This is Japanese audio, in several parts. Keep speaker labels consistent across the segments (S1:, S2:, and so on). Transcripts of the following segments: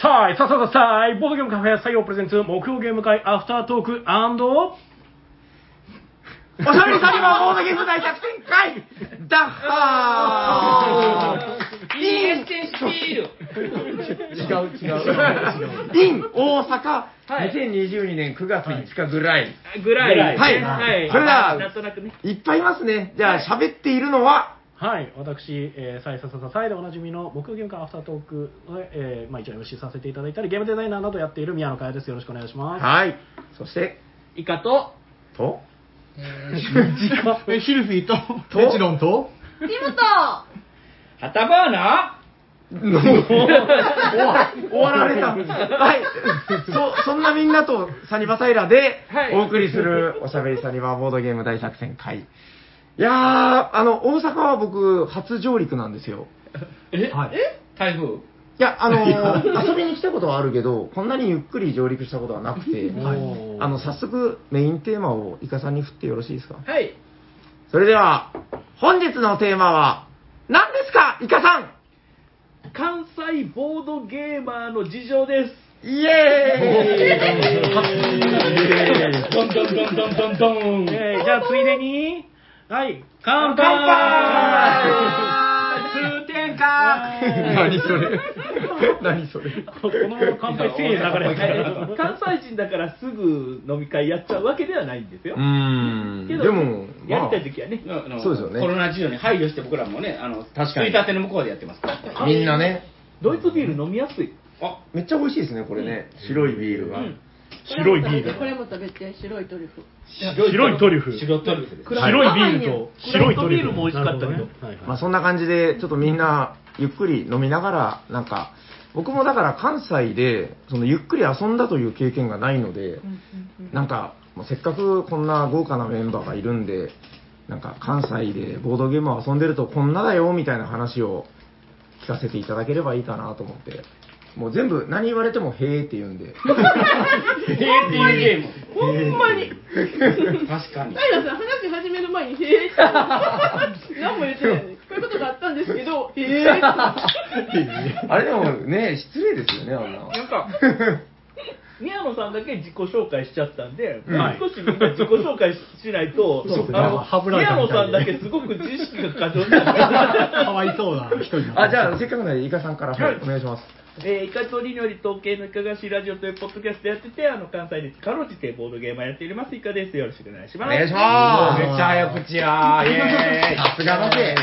S1: さあ、さあさあさあ、ボードゲームカフェ採用プレゼンツ、木曜ゲーム会アフタートーク
S2: おしゃべりさんには大関部大作戦会ダッハー
S3: いいエッセンスフィール
S4: 違う違う違う
S2: イン大阪
S3: はい
S4: 2022年9月5日ぐらい、
S3: ぐらいね。
S2: はい
S3: はい。
S2: それでは
S3: なんとなくね。
S2: いっぱいいますね。じゃあ、喋っているのは、
S1: はい、私、えー、サイササササイでおなじみの木曜ゲーム会アフタートークの、えーまあ、一応 MC させていただいたり、ゲームデザイナーなどやっている宮野佳代です。よろしくお願いしま
S2: はい。そして、
S3: イカと、
S2: と、
S4: えシルフィーとテチロンと
S5: ティムと
S3: ハタバーナ
S2: 終わられた。はい。そ、そんなみんなとサニバサイラで
S3: はい
S2: お送りするおしゃべりサニバボードゲーム大作戦会。いやー、あの、大阪は僕、初上陸なんですよ。
S3: え
S4: はい
S3: 台風
S2: いや、あのー遊びに来たことはあるけど、こんなにゆっくり上陸したことはなくて、
S1: はい
S2: あの、早速メインテーマをイカさんに振ってよろしいですか
S3: はい。
S2: それでは、本日のテーマは、何ですか、イカさん
S3: 関西ボードゲーマーの事情です。
S2: イエーイ
S3: どんどんどんどんどんどん
S1: す。えー、じゃあ、ついでに、はい、乾杯
S2: 乾杯
S3: 通天
S1: は
S3: 閣
S1: い
S2: 何それ何それ
S1: このまま乾杯せえ流れやから
S3: 関西人だからすぐ飲み会やっちゃうわけではないんですよ
S2: う。ーん。
S3: けど
S2: でも、
S3: や
S2: ま
S3: りたい時はね。
S6: あの
S2: そうですよね
S6: コロナ事情に配慮して僕らもね、あの、
S2: 確かに
S6: ついたての向こうでやってますから。
S2: あ、みんなね、
S3: ドイツビール飲みやすい。
S6: あ、
S2: めっちゃ美味しいですね、これね。白いビールが。
S3: うん
S1: 白いビール
S5: これも食べて白いトリュフ
S1: 白いトリュフ
S6: 白トリュフです。
S1: 白いビールと白いトリュフ。
S3: クラフトビールも美味しかったけど
S1: なるほねはいはい
S2: まあそんな感じで、ちょっとみんな、ゆっくり飲みながら、なんか、僕もだから関西で、そのゆっくり遊んだという経験がないので、なんか、まあせっかくこんな豪華なメンバーがいるんで、なんか関西でボードゲームを遊んでるとこんなだよみたいな話を聞かせていただければいいかなと思って、もう全部何言われてもへーって言うんで、
S6: えっていうゲーム。
S5: ほんまに
S6: 確かに。
S5: 平さん話始める前に「へえ」って何も言ってないのにこういうことがあったんですけど「へえ」っ て
S2: あれでもね、失礼ですよね、あんな。
S3: なん か、宮野さんだけ自己紹介しちゃったんで、
S2: うん
S3: もう少しみんな自己紹介しないと、
S4: そうですね
S3: あの
S4: ハブライ
S3: 宮
S4: さん
S3: 野
S4: みた
S3: さ
S4: い
S3: ん
S4: で
S3: だけすごく知識が過剰 になる。
S4: かわいそうな人にな
S2: あ、じゃあせっかくなんでイカさんから、はい、お願いします。
S3: えー、イカとりにより統計のいかがわしいラジオというポッドキャストやってて、あの、関西でかろうじてボードゲーマーやっております。イカです。よろしくお願いします。
S2: し
S4: ます
S2: めっちゃ早口やイエーイ。さすがだぜ。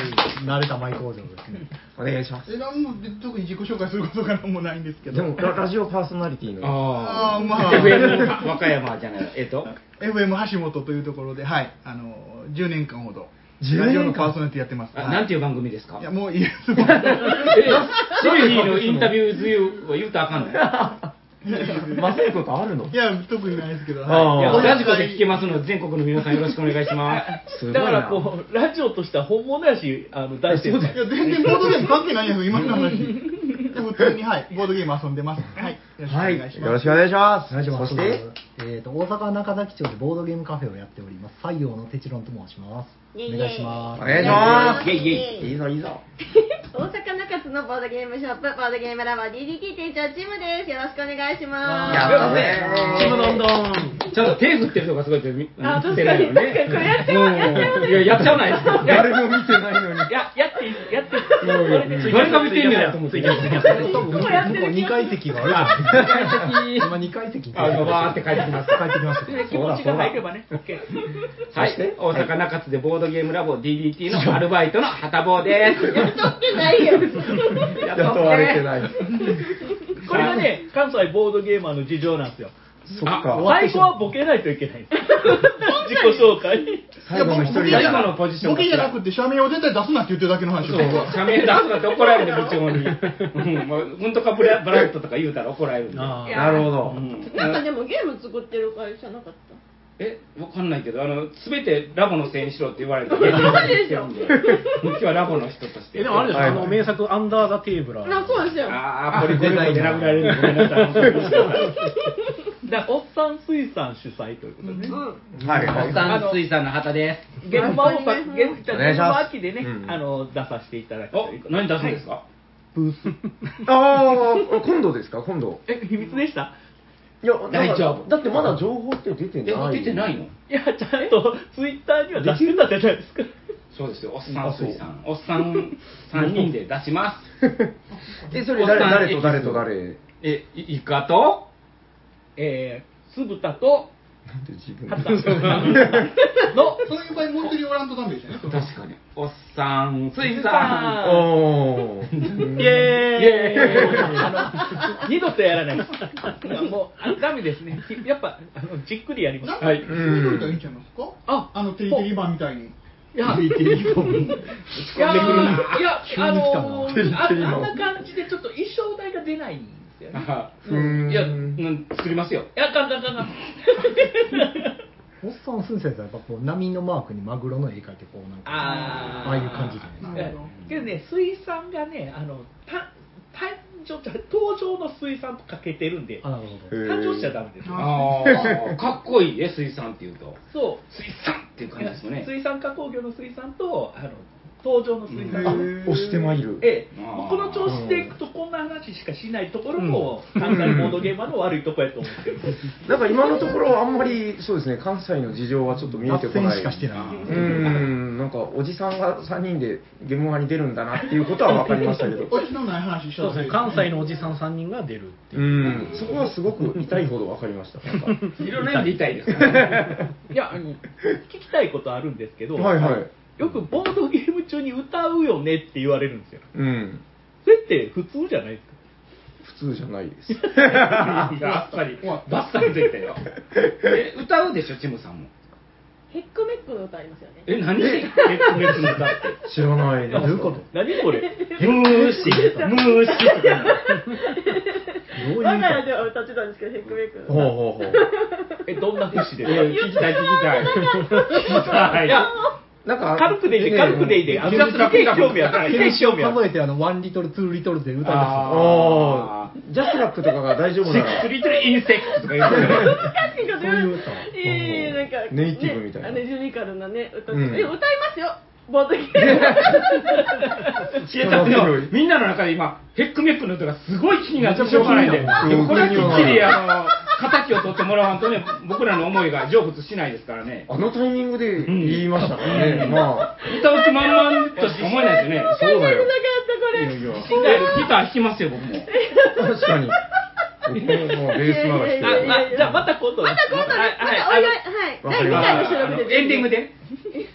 S4: 慣れた舞工場ですね
S2: お願いします。
S7: えなんも特に自己紹介することが何もないんですけ
S2: で
S7: ど
S2: もララジオパーソナリティの。
S6: あ
S7: あー
S6: あ、
S7: まあ
S6: FM 和歌山じゃない、えっと、
S7: FM 橋本というところで、はい、あの10年間ほど
S2: 10年間
S7: ラジオのパーソナリティやってます。
S6: あ
S7: はい
S6: なんていう番組ですか
S7: いやもういいです
S6: シルフィーのインタビューズユーを言うとあかんのいや、
S2: ませんことあるの
S7: いや特にないですけど、
S2: あー
S7: はい
S6: ラジコで聞けますので、全国の皆さんよろしくお願いしま す。
S2: すごい
S3: だか
S2: な
S3: らこう、ラジオとしては本物やし、あの、大してる
S7: いや全然ボードゲーム関係ないんですよ今の話。いや普通にはいボードゲーム遊んでます。はいよろしくお
S2: は
S7: 願
S2: い。
S7: いし
S2: よろ
S7: ま
S2: し
S7: す。
S2: くお願いします。
S4: お願いします
S2: そして、
S4: えー、と大阪中崎町でボードゲームカフェをやっております西洋のテチロンと申しますお
S5: イエイイエイ
S4: 願いしま
S2: お
S4: す
S2: 願いします。
S6: イェイイ
S5: ェイ
S2: いいぞいいぞ。
S5: 大阪中津のボードゲームショップボードゲームラバー DDT 店長チームですよろしくお願いします
S2: やったぜ。
S1: ちむどんどん。
S6: ちょっと手振ってるとかすごいけど、見
S5: あ
S6: 見てないよ
S5: 確かに確かにこれやっち
S6: うんいや、やっちゃ
S5: ゃうやっちゃう
S6: わないですよ。
S2: 誰も見てないのに。
S3: いや、やっていいです、やっていいです
S6: 誰が見てんねやと思って。
S4: 多分向こう2階席がある今2階席
S6: あのわーって帰ってきました
S4: 帰ってきました
S3: で気持ちが入ればね、OK。
S6: はい、大阪中津でボードゲームラボ DDT のアルバイトのはたぼうです。
S5: 取ってないよ
S2: 雇われてない。
S3: これがね、関西ボードゲーマーの事情なんですよ。
S2: そっか。
S3: 最後はボケないといけないんです自己紹介。
S2: 最後の一人
S6: 最後
S2: だ。
S6: のポジション
S7: ボケじゃなくて社名を絶対出すなって言ってるだけの話
S6: そ
S7: を
S6: う
S7: 僕は。
S6: 社名出すなって怒られる部長に。うん、もううんとかブラブラッドとか言うたら怒られるんで。
S1: あ
S2: なるほど
S6: う。ん
S5: なんかでもゲーム作ってる会社なかった
S6: え、わかんないけど、あの、すべてラボのせいにしろって言われたら、今日はラボの人として。
S1: え、でもあれでしょ、
S2: はい
S1: あの名作、アンダー・ザ・テーブラー。
S5: あそうですよ
S6: ああ、ポリコレで殴られるのごめんなさい。
S3: だからおっさん水産主催ということでね。
S2: はい
S6: おっ
S2: は
S6: さん水産の旗です。
S3: 現場をさ、現
S2: お願いします
S3: 場秋でね
S2: う、ん
S3: あの、出させていただくと
S6: お
S3: いうこ、とで
S6: 何出すんですか、
S3: え
S7: ブース。
S2: ああ、今度ですか、今度。
S3: え、秘密でした
S2: いや、なんか
S6: 大丈夫
S2: だってまだ情報って出て
S6: え
S2: ない。
S6: 出てないの
S3: いや、ちゃんとツイッターには出してたじゃないですか。
S6: そうですよおっさん水さんおっさん3人で出します
S2: え、それ誰、誰と誰と誰。
S6: えいイカと
S3: えー、酢豚と、
S2: なんで自分
S3: ハ
S2: で
S3: ッタの、
S8: そういう場合、もう一人おらんとダメですよね。
S6: 確かにおっさん水
S3: さ
S6: さ
S3: ん
S6: ん
S2: おー。
S3: イエーイあの二度とやらないです。もう、ダメですね。やっぱ、あのじっくりやります。
S8: はい。見といたらいいんちゃいますか
S3: あ
S8: あの、テレテレ版みたいに。
S3: いや、いや、いや、あの
S1: 急に来
S3: ー、
S1: たな
S3: ああんな感じでちょっと衣装代が出ないんですよね。
S2: うん
S6: いやなん作りますよ
S3: いや、あかんあかんあかんあかん。
S7: おっさんすんせいさん、やっぱこう、波のマークにマグロの絵描いて、こう、なんか、
S3: あー
S7: ああいう感じじゃないですか。
S8: なるほど
S3: けどね、水産がね、あの、た誕生じゃ登場の水産とかけてるんで、
S7: あ、なるほど。
S3: 誕生しちゃダメですよ。
S6: ああ かっこいいね水産っていうと
S3: そ
S6: 水産っていう
S3: う、
S6: 感じですよね
S3: 水産加工業の水産と、あの、登場の水産
S8: あ
S3: と。
S8: へー
S2: 押してまいる。
S3: ええ、
S6: あー
S3: もうこの調子でいくとこんな話しかしないところも、関西ボードゲーマーの悪いところやと思ってる。
S2: なんか今のところあんまりそうですね関西の事情はちょっと見えてこない
S7: 脱線しかしてないう
S2: ーんなんかおじさんが3人でゲームマに出るんだなっていうことは分かりましたけどう
S8: オチのない話しち
S1: そう
S8: ゃ
S1: ですね、関西のおじさん3人が出るっていう。
S2: ーんそこはすごく痛いほど分かりましたなんか
S6: いろんな意味で痛いです からね
S3: いや、あの聞きたいことあるんですけど、
S2: はいはい
S3: よくボードゲーム中に歌うよねって言われるんですよ。
S2: うん
S3: それって普通じゃないですか。
S2: 普通じゃないです
S6: いやあっさりバッサリといった よえ歌うでしょチムさんも
S5: ヘックメックの歌ありますよね。
S6: え何でネックネックの歌って
S2: 知らない
S7: どういうこと
S3: 何これ
S6: ムーシームーシーとか言うの
S7: どう
S5: 我が
S7: い
S5: 家
S7: う
S5: では歌ってたんですけど、ヘックメックの
S2: ほう
S5: 歌。
S2: ほうほ
S3: え、どんな節で
S6: いや聞きたい聞きたい聞きたい
S3: い
S2: う
S3: や、
S2: なんか
S3: 軽くでいいで、軽くでいいで、あの、
S6: 気がする
S3: すげえ興味ある。すげえ興味あ
S7: 数
S3: る。
S7: えて、あの、ワンリトル、ツーリトルで歌い出した。
S2: ああジャスラックとかが大丈夫なら
S6: スリトリインセクトと か言うのよ
S5: 難しいこと言う。ええなんか、
S2: ネイティブみたいな
S5: ねあの、リズミカルなね、歌って。
S2: うん
S5: え、歌いますよ、ボ ードゲーム。
S6: 知れたけどみんなの中で今ヘックメックの歌がすごい気になってしょうがないんで
S2: めっちゃ気になる
S6: でもこれはきっちりあの敵を取ってもらわんとね僕らの思いが成仏しないですからね
S2: あのタイミングで言いましたからね、まあ
S6: 歌う気満々としか思えないですよね
S2: そうだよ
S5: なかった、これ。
S2: いやいや
S6: ギター弾きますよ僕も
S2: 確かに僕もベース鳴らして
S5: いやいやい
S3: ああ
S5: や
S3: じゃあまた今度。
S5: また今度ね、またお祝い、はい、
S2: わ
S5: 第
S2: かり
S5: 2
S2: ました
S5: 回の収録でぜひ。
S6: エンディング で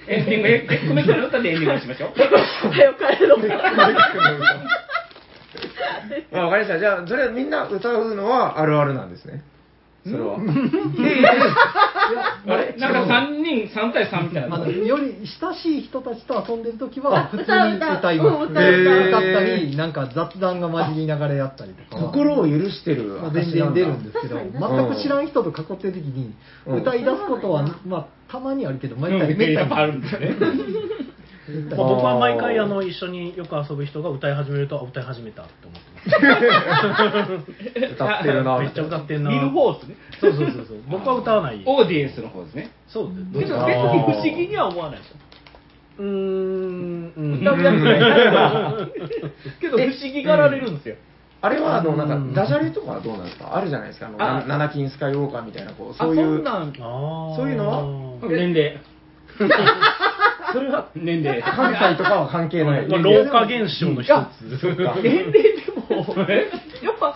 S6: エンディングでヘックメックの歌でエンディングにしましょう
S5: 早く帰ろう。
S2: まあ、わかりました。じゃあ、それはみんな歌うのはあるあるなんですね。それは。
S6: あれなんか3人3対3みたい
S7: あ
S6: な
S7: のより親しい人たちと遊んでるときは普通に歌い
S5: あ歌う歌う
S7: ます、
S5: う
S2: 歌う
S5: ん
S2: 歌う
S7: 歌ったり、なんか雑談が混じりながらやったりとか、
S2: 心を許してる
S7: まあ、全
S2: 証な
S7: 然
S2: んだ
S7: 出るんですけど、全
S5: 確
S7: く
S2: かに
S7: 知らん人と囲ってるときに、
S2: うん
S7: 歌い出すことは、まあ、たまにあるけど、
S6: う
S7: 毎
S6: ん
S7: 回、め
S6: や
S7: っ
S6: っぱ
S7: た
S6: あ
S7: に
S6: るんですよね
S7: めった
S1: まあ
S7: に
S1: 僕は毎回あの一緒によく遊ぶ人が歌い始めるとあ歌い始めたって思ってます
S2: 歌ってるな。
S1: めっちゃ歌ってんな
S3: 見る方ですね。
S1: そうそうそうそう僕は歌わない
S6: オーディエンスの方ですね
S1: そうですど
S3: で
S1: っち
S3: も
S1: か
S3: 別に不思議には思わないですよ
S1: うーんうん
S3: 歌うやつがいないけど、不思議がられるんですよ。
S2: あれは、あの、なんか、ダジャレとかはどうなんですかあるじゃないですか。あの、
S3: あ
S2: なナナキンスカイウォーカーみたいな、こう、
S3: あ、
S2: そ
S3: そ
S2: うんいう。
S3: なん。
S1: あー
S2: そういうの
S6: 年齢それは年齢
S2: 関西とかは関係ない。
S1: まあ、老化現象の一
S3: いや
S1: つそうか
S3: 年齢でも、やっぱ、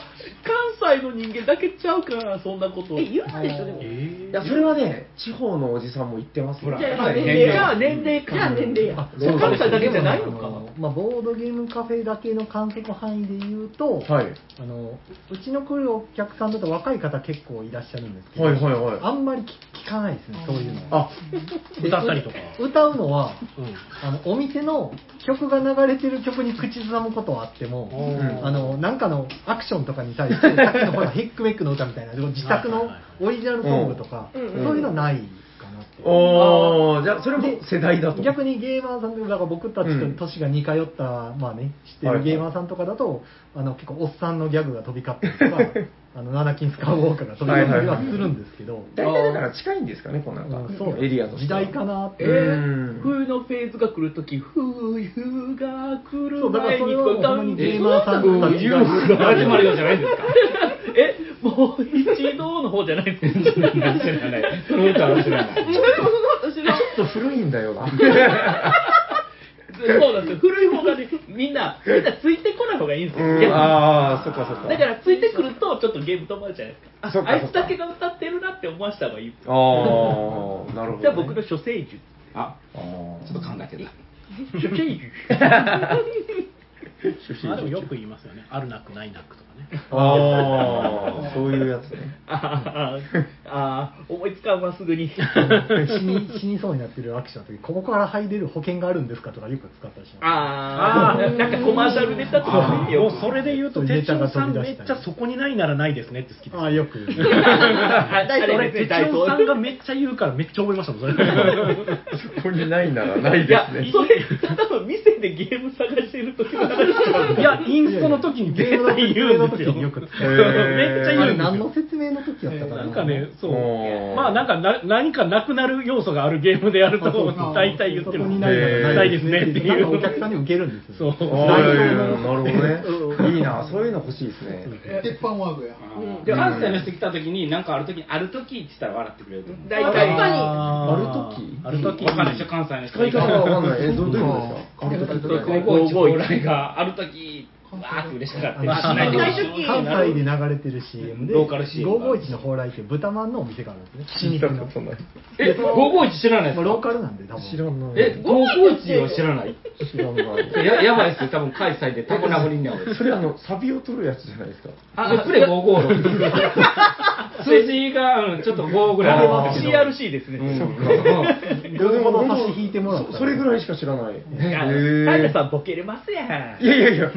S3: 関西の人間だけちゃうから、そんなこと。
S5: え、言
S3: じ
S5: うんでしょ、でも。
S1: え
S5: じ
S1: ー
S2: いや、それはね、地方のおじさんも言ってますよ
S6: ほら
S5: ゃあ、やっ
S6: は
S5: ぱ
S6: い
S5: 年齢
S3: ゃあ
S5: や。
S3: 年齢
S5: じゃあ、
S3: か。
S5: 年齢や。
S2: そう
S3: 関西だけじゃない
S7: あ
S3: のか。
S7: まあ、ボードゲームカフェだけの観測範囲で言うと、
S2: はい。
S7: あのうちの来るお客さんだと若い方結構いらっしゃるんですけど、
S2: はいはいはい。
S7: あんまり聞聞かないですね、そういうの
S2: あ、
S7: は。で
S1: 歌ったりとか
S7: う歌うのは
S1: うん
S7: あのお店の曲が流れてる曲に口ずさむことはあっても、
S2: ん
S7: あのなんかのアクションとかに対して、さっきのほらヘックメックの歌みたいな、自作のオリジナルソングとか、
S5: うん
S7: そういうのはないかなって。
S2: おーじゃあそれも世代だと
S7: 逆にゲーマーさんとかだから僕たちと年が似通った、まあね、知ってるゲーマーさんとかだと、あの結構おっさんのギャグが飛び交ったりとかあのナナキンスカーウォーカーが飛び交ったりはするんですけど、
S2: 大体だから近いんですかねこうなんか、
S7: うんそう
S2: エリアとして
S7: 時代かなって、
S3: え
S2: うん
S3: ー、冬のフェーズが来るとき、冬が来
S7: そ
S3: る
S7: うだから
S3: 前
S7: そ
S3: に
S7: れをほんまにゲーマーさん
S6: う
S7: たちが
S6: ん始まりのじゃないんですか。
S3: え、もう一度の方じゃないですか。
S6: 知らない。その歌は知らない。
S5: 後ろ
S2: ちょっと古いんだ よな
S3: そうなんですよ。古い方がね、みんな、みんなついてこない方がいいんですよ。逆に
S2: ああそっかそっか
S3: だからついてくると、ちょっとゲーム止まるじゃないで
S2: そ
S3: す
S2: っ
S3: か。
S2: か
S3: あいつだけが歌ってるなって思わせた方がいい。
S2: ああなるほど、ね、
S3: じゃあ僕の処世術。
S6: あ、
S2: あー
S6: ちょっと噛んだけど。
S3: 処世術。
S1: あでもよく言いますよね。あるなくないなくとかね。
S2: ああそういうやつね
S3: あーあー、思いつかんわ、すぐに。
S7: 死に死にそうになってるアクションの時ここから入れる保険があるんですかとかよく使ったりします
S3: ああ、なんかコマーシャルネタとかね、
S1: も
S3: よ
S1: う
S3: く。
S1: それで言うと、
S7: ネ
S1: 哲
S7: タが
S1: 夫
S7: 飛
S1: さ
S7: び
S1: ん
S7: 出
S1: め
S7: したり
S1: っちゃそこにないならないですねって好きです。
S7: ああよく
S1: あ
S3: あ
S1: れ、
S3: ですね
S1: 哲夫さ
S3: ダ
S1: ん
S3: イソ
S1: がめっちゃ言うからめっちゃ思いましたもん、そ れ。
S2: そこにないならない
S3: ーいや、
S2: ですね
S3: それ、ただの店でゲーム探してる時の話なん
S1: いや、インストの時に絶対言うんですよ。めっち
S2: へ
S1: ゃ
S2: ー
S1: 言
S7: あ
S1: うん
S7: れ
S1: です
S7: 何
S1: よ
S7: の。説明の時やったかな
S1: なんかね、そう
S2: おー。
S1: まあなんかな、何かなくなる要素があるゲームでやると
S7: あそうそう、
S1: 大体言って
S7: そこ
S1: る。
S7: にないなら
S1: ない
S7: で
S1: ですす
S7: ね
S1: ね
S7: っ
S1: ってて
S7: い
S1: い
S7: うな
S1: う。
S7: んかお客さんに受けるんです
S1: そ
S7: よ
S1: う。
S2: ああなるほ どねいいなそういうの欲しいですね
S9: 鉄板ワードや。
S6: で、関西の人来た時に、なんかある時に、ある時って言ったら笑ってくれると思う。
S3: 大
S5: 確
S3: 体。
S5: かに
S1: あ
S2: ある時
S1: ある時
S6: わかんないでしょ、関西の人。
S2: 使い方がわかんないえどどういうことですか
S9: ある時
S6: 高校一高来がある時、わーって嬉しかった。
S7: まあ
S6: しないでほしい
S5: 時
S7: 関西で流れてる CM で
S6: ローカル CM がある
S7: 551の蓬莱っていう豚まんのお店があるんですね
S2: 聞いたことない
S6: え、551知らないで
S7: まあ
S6: す
S7: ロ
S6: か
S7: ーカルなんで多分
S2: 知らない
S6: え、551は知らない
S2: 知らない
S6: ややばいですよ、多分関西でタコ殴りになる。
S2: それあのサビを取るやつじゃないですか
S6: あ、プレ556。数字がうんちょっと5ぐらいあるんですけど。
S3: CRC ですね。
S2: いやでも
S7: この差し引いてもらったら
S2: そそれぐらいしか知らない
S3: あ
S2: へー
S3: サイダさんボケれますやん。
S2: いやいやいや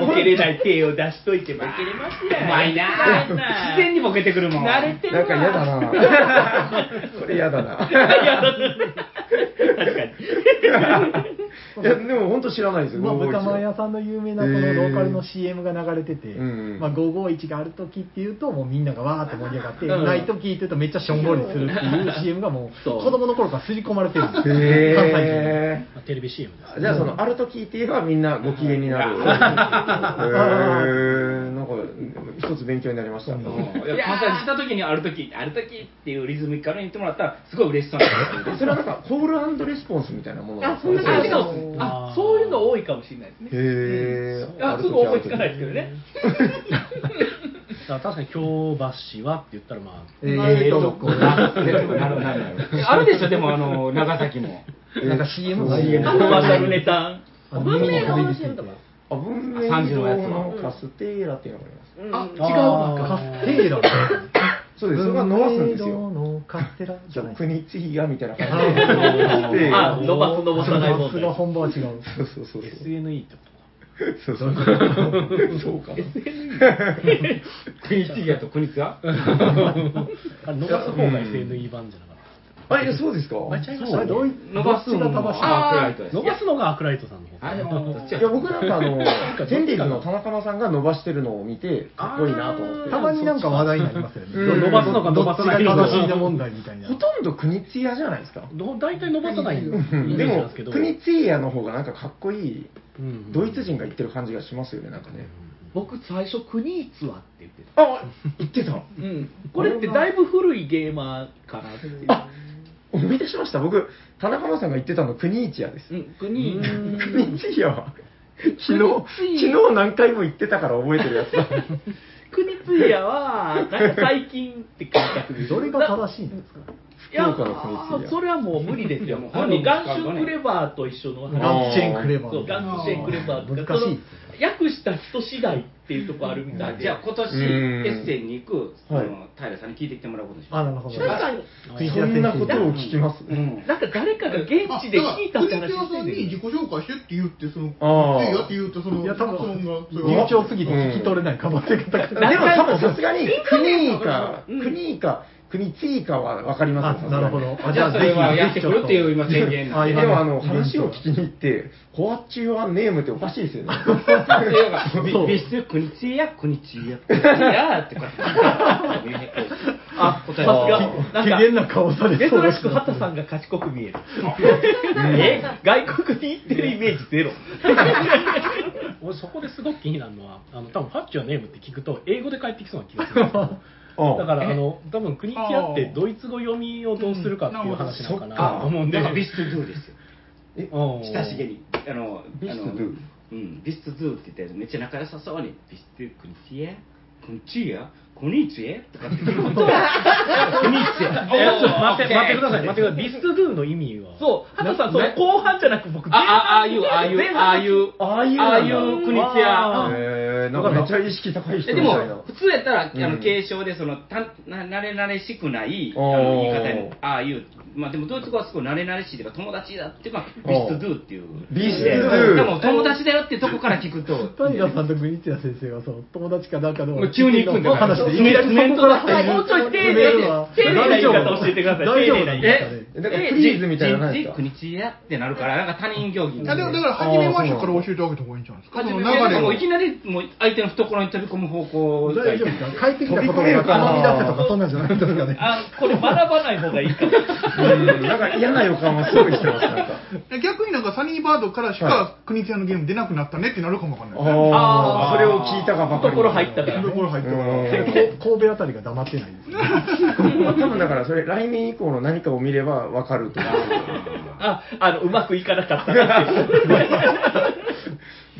S3: ボケれない手を出しといてボケれますやん。
S6: うまいな
S3: うまいな
S6: 自然にボケてくるもん。
S3: 慣れてる
S2: なんか嫌だ
S3: な。
S2: なこれ嫌だな
S3: 確かに。
S2: いやでも本当知らないですよ
S7: まあ、豚まん
S2: 551
S7: 屋さんの有名なこのローカルの CM が流れてて、
S2: うんうん
S7: まあ、551がある時っていうともうみんながわーって盛り上がって、ない時っていうとめっちゃしょんぼりするっていう CM がもう
S3: そう
S7: 子供の頃から刷り込まれてるんですよ関西人に。
S2: へ
S1: テレビ CM です。
S2: えじゃあそのある時って言えばみんなご機嫌になるへえなんか一つ勉強になりました
S6: うんいや関西に来た時にある時、ある時っていうリズミカルに言ってもらったら、すごい嬉しそうなんですよ
S2: それはなんかコールレスポンスみたいなものなんです
S5: あそんな
S3: あ
S5: 感
S2: かへ
S3: そう
S5: じ
S3: ですねあそういうの多いかもしれないですね。
S2: え
S3: あすぐ思いつかないですけどね。
S1: だから確かに、京橋はって言ったら、まあ、
S7: えーと、こう
S6: なるほどなるほどなるほどあるでしょ、でもあの長崎も。
S7: なんか CM が
S3: コマーシャルネタ。
S7: あの
S5: 文明が
S7: 耳
S5: 面
S7: に飛びつい
S5: 白い
S7: て
S5: とか
S2: あ文明
S6: 三十のやつ
S2: 堂のカステーラっていうのがあります
S5: うん
S7: あ、違う
S1: あー
S7: わ、カステーラだ。
S2: そうですそれが伸ばすんですよ
S7: 文明堂のカステラじゃない
S2: 国津比嘉みたいな感
S7: あ
S2: じで
S3: あ、伸ばす伸ばさない
S7: さ
S3: 問
S7: すが
S3: 題。
S7: 本場は違う。
S2: そうそうそうそう
S1: SNE ってことか。
S2: そうそうそうか
S6: 国津屋と国津屋
S1: あれ、伸ばす方が SNE 版じゃなかった。
S2: あえそうですか
S1: あれちゃいまし
S7: そ
S1: た
S7: れ
S1: っけ
S7: どうい
S6: 伸ばす
S7: どっちが
S6: の
S7: 正しい
S6: あ暗いとです
S1: 伸ばすのがアクライトさんの方
S6: あれもどっちや
S2: いや僕なんかあのテンディーズの田中間さんが伸ばしてるのを見てかっこいいなと思って
S7: たまになんか話題になりますよね。
S2: うん
S1: 伸ばすのか伸ばさないの
S7: ど
S1: か
S7: っちが正しいの問題みたいな
S2: ほ。とんど国津屋じゃないですか
S1: ど大体伸ばさないイメージ
S2: で
S1: なん
S2: も
S1: ですけど、
S2: 国津屋の方がなんかかっこいい
S1: うん
S2: ドイツ人が言ってる感じがしますよねなんかね
S3: 僕最初国一はって言ってた。
S2: あ言ってた
S3: うん。これってだいぶ古いゲーマーかなっていう。
S2: あ思い出しました僕田中間さんが言ってたの国一屋です
S3: うん、国一。
S2: 国一屋は昨日昨日何回も言ってたから覚えてるやつだ
S3: 国津屋は、なんか最近って感覚です。
S7: どれが正しいんですか
S3: いや、
S2: 福岡の国津屋
S3: それはもう無理ですよ。
S6: いやもう
S3: あ
S6: 本
S3: の、
S6: 人
S3: ガン
S6: が使う
S3: シ
S6: の
S3: ュ
S6: ね
S3: ンクレバーと一緒の
S2: あー
S3: 話。
S7: ガンチェーンクレバ
S3: そう、
S7: ー。
S3: ガンシェンクレバーとか、
S7: 難しい
S3: その訳した人次第っていうとこあるみたいで。
S6: じゃあ今年
S2: うん
S6: エッセンに行くその平さんに聞いてきてもらうことにしま
S7: あ、
S6: しょ
S7: な
S6: う
S7: るほど。
S5: 確かに
S2: そんなことを聞きます
S6: う
S2: ね
S6: ん
S3: なんか誰かが現
S9: あ
S3: 地で聞いたって
S9: だから
S3: 話
S9: 国津屋さんに
S3: して
S9: 自己
S3: る。
S9: 紹介してって言って、その、
S2: あ
S9: い
S2: ー
S9: やって言って、その、
S7: いや、多
S9: 発音が、
S7: 分
S9: そ、れ
S7: 流
S9: は
S7: 暢すぎて聞き取れないかばせ
S2: でも
S7: 方
S2: 多分さすがに国か国か国 T かは分かります
S4: あなるほど
S6: じゃあそれはやってくるっていう今宣言なん
S4: あ
S6: で。
S2: で
S4: 今
S2: もあの
S4: イベント
S2: 話を聞きに行って、コアチュアネームっておかしいで すよね。
S6: そう。別室国知恵や国知恵や。国知恵やってこうやって
S3: あ、さすが
S4: あー
S3: なんか
S4: 機嫌な顔され
S3: 珍
S4: そう
S3: しく畑さんが賢く見える。え外国に行ってるイメージゼロ。
S1: 俺そこですごく気になるのはあの多分ファッチュアネームって聞くと英語で返ってきそうな気がするんですよだからあの多分国にあってドイツ語読みをどうするかっていう話なのかなと思うんで
S6: なんかビストゥドゥですよ。
S1: うん
S6: 親しげに。あの、
S2: ビストゥドゥ
S6: あのうん、ビストゥドゥって言ったやつめっちゃ仲良さそうに、ビストゥ、国知恵国知恵国知恵とかって言う と、
S1: えちょっと待って、
S6: 国知恵。おー
S1: 待ってください、待ってください。ビストゥドゥの意味は。う。
S3: そう、畑さん、その後半じゃなく僕、
S6: あ、あ、ああいう、ああいう、ああいう、
S2: ああいう
S6: ああいう国知
S1: あ
S2: え
S6: 恵。
S2: ー、なんかめっちゃ意識高い人
S6: え
S2: み
S6: で
S2: たいな
S6: も。普通やったら、あ
S2: うん
S6: の継承でそのたな慣れ慣れしくないあ
S2: おー
S6: の言い方にああいう、まあ、でもドイツ語はすごい慣れ慣れしいというか友達だっていうかビストゥドゥっていう
S2: ビストゥドゥ
S6: でも友達だよってとこから聞くと
S4: タイガーさんとグニチア先生がその友達かなんかの
S6: もう急に行くんだから
S4: 話でいきなりそこから入る
S3: もうちょい丁寧に丁寧な言い方教えてください
S4: 大丈夫なんです
S2: え
S6: え
S4: かね
S2: だからクイズみたいなのないん
S6: じじ
S2: ですか
S6: 国知やってなるからなんか他人行儀
S7: あでもだから初めましてから教えてあげた方がいいんじゃないですか。
S6: 初
S7: その
S6: め
S7: 流
S6: てなんかも
S7: れを
S6: ういきなりもう相手の懐に飛び込む方向が
S4: 大丈夫ですか帰ってきた言葉が頼み出せとかそんなんじゃないですかね
S3: あ、これ学ばない方がいいかも。
S2: うんなんか嫌な予感はすごいしてます、なんか。
S7: 逆になんかサニーバードからし
S2: は
S7: か国津屋のゲーム出なくなったねってなるかもわかんない。
S2: ああ、
S6: あー
S2: それを聞いたがばかり。
S3: 懐入ったから
S7: ところ入ってから。
S2: うん
S4: こ神戸あたりが黙ってないですね
S2: まあ多分だからそれ来年以降の何かを見ればわかると思 う。
S3: あ、あの、うまくいかなかったなっていう。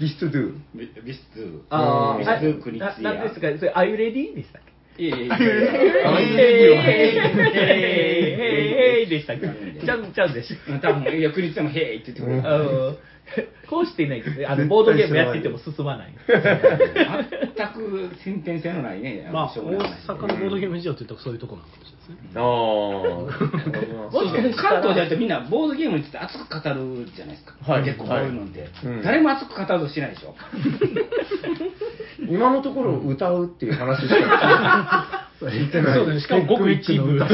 S2: ビストゥドゥ。
S6: ビビストゥ
S2: あー
S6: ビストゥ国知
S3: ななんです
S6: や
S3: か、それ、アイレディーでしたっけ
S6: いやいやい
S7: あれ
S6: やいや
S3: ヘイ
S2: あ
S3: ヘイヘイヘイヘイヘイでしたっけちゃんちゃんでし
S6: 多分いや国知も「へい」って言ってくれる
S3: た。あのこうしていないけど、あの、ボードゲームやってても進まない。
S6: 全く先天性のないね、
S1: まあ、
S6: しょ
S1: 大
S6: うもない
S1: 阪のボードゲーム事情って言ったらそういうとこなのかもしれないですね。
S2: ああ。
S3: もしかした
S6: 関
S3: ら
S6: 東じゃなくてみんなボードゲームについて熱く語るじゃないですか、
S2: はい
S6: 結構こういうのって、
S2: うん
S6: 誰も熱く語るとしないでしょ、
S2: 今のところ歌うっていう話しか聞いてない。
S1: そうだね、しかもごく一部。
S4: わ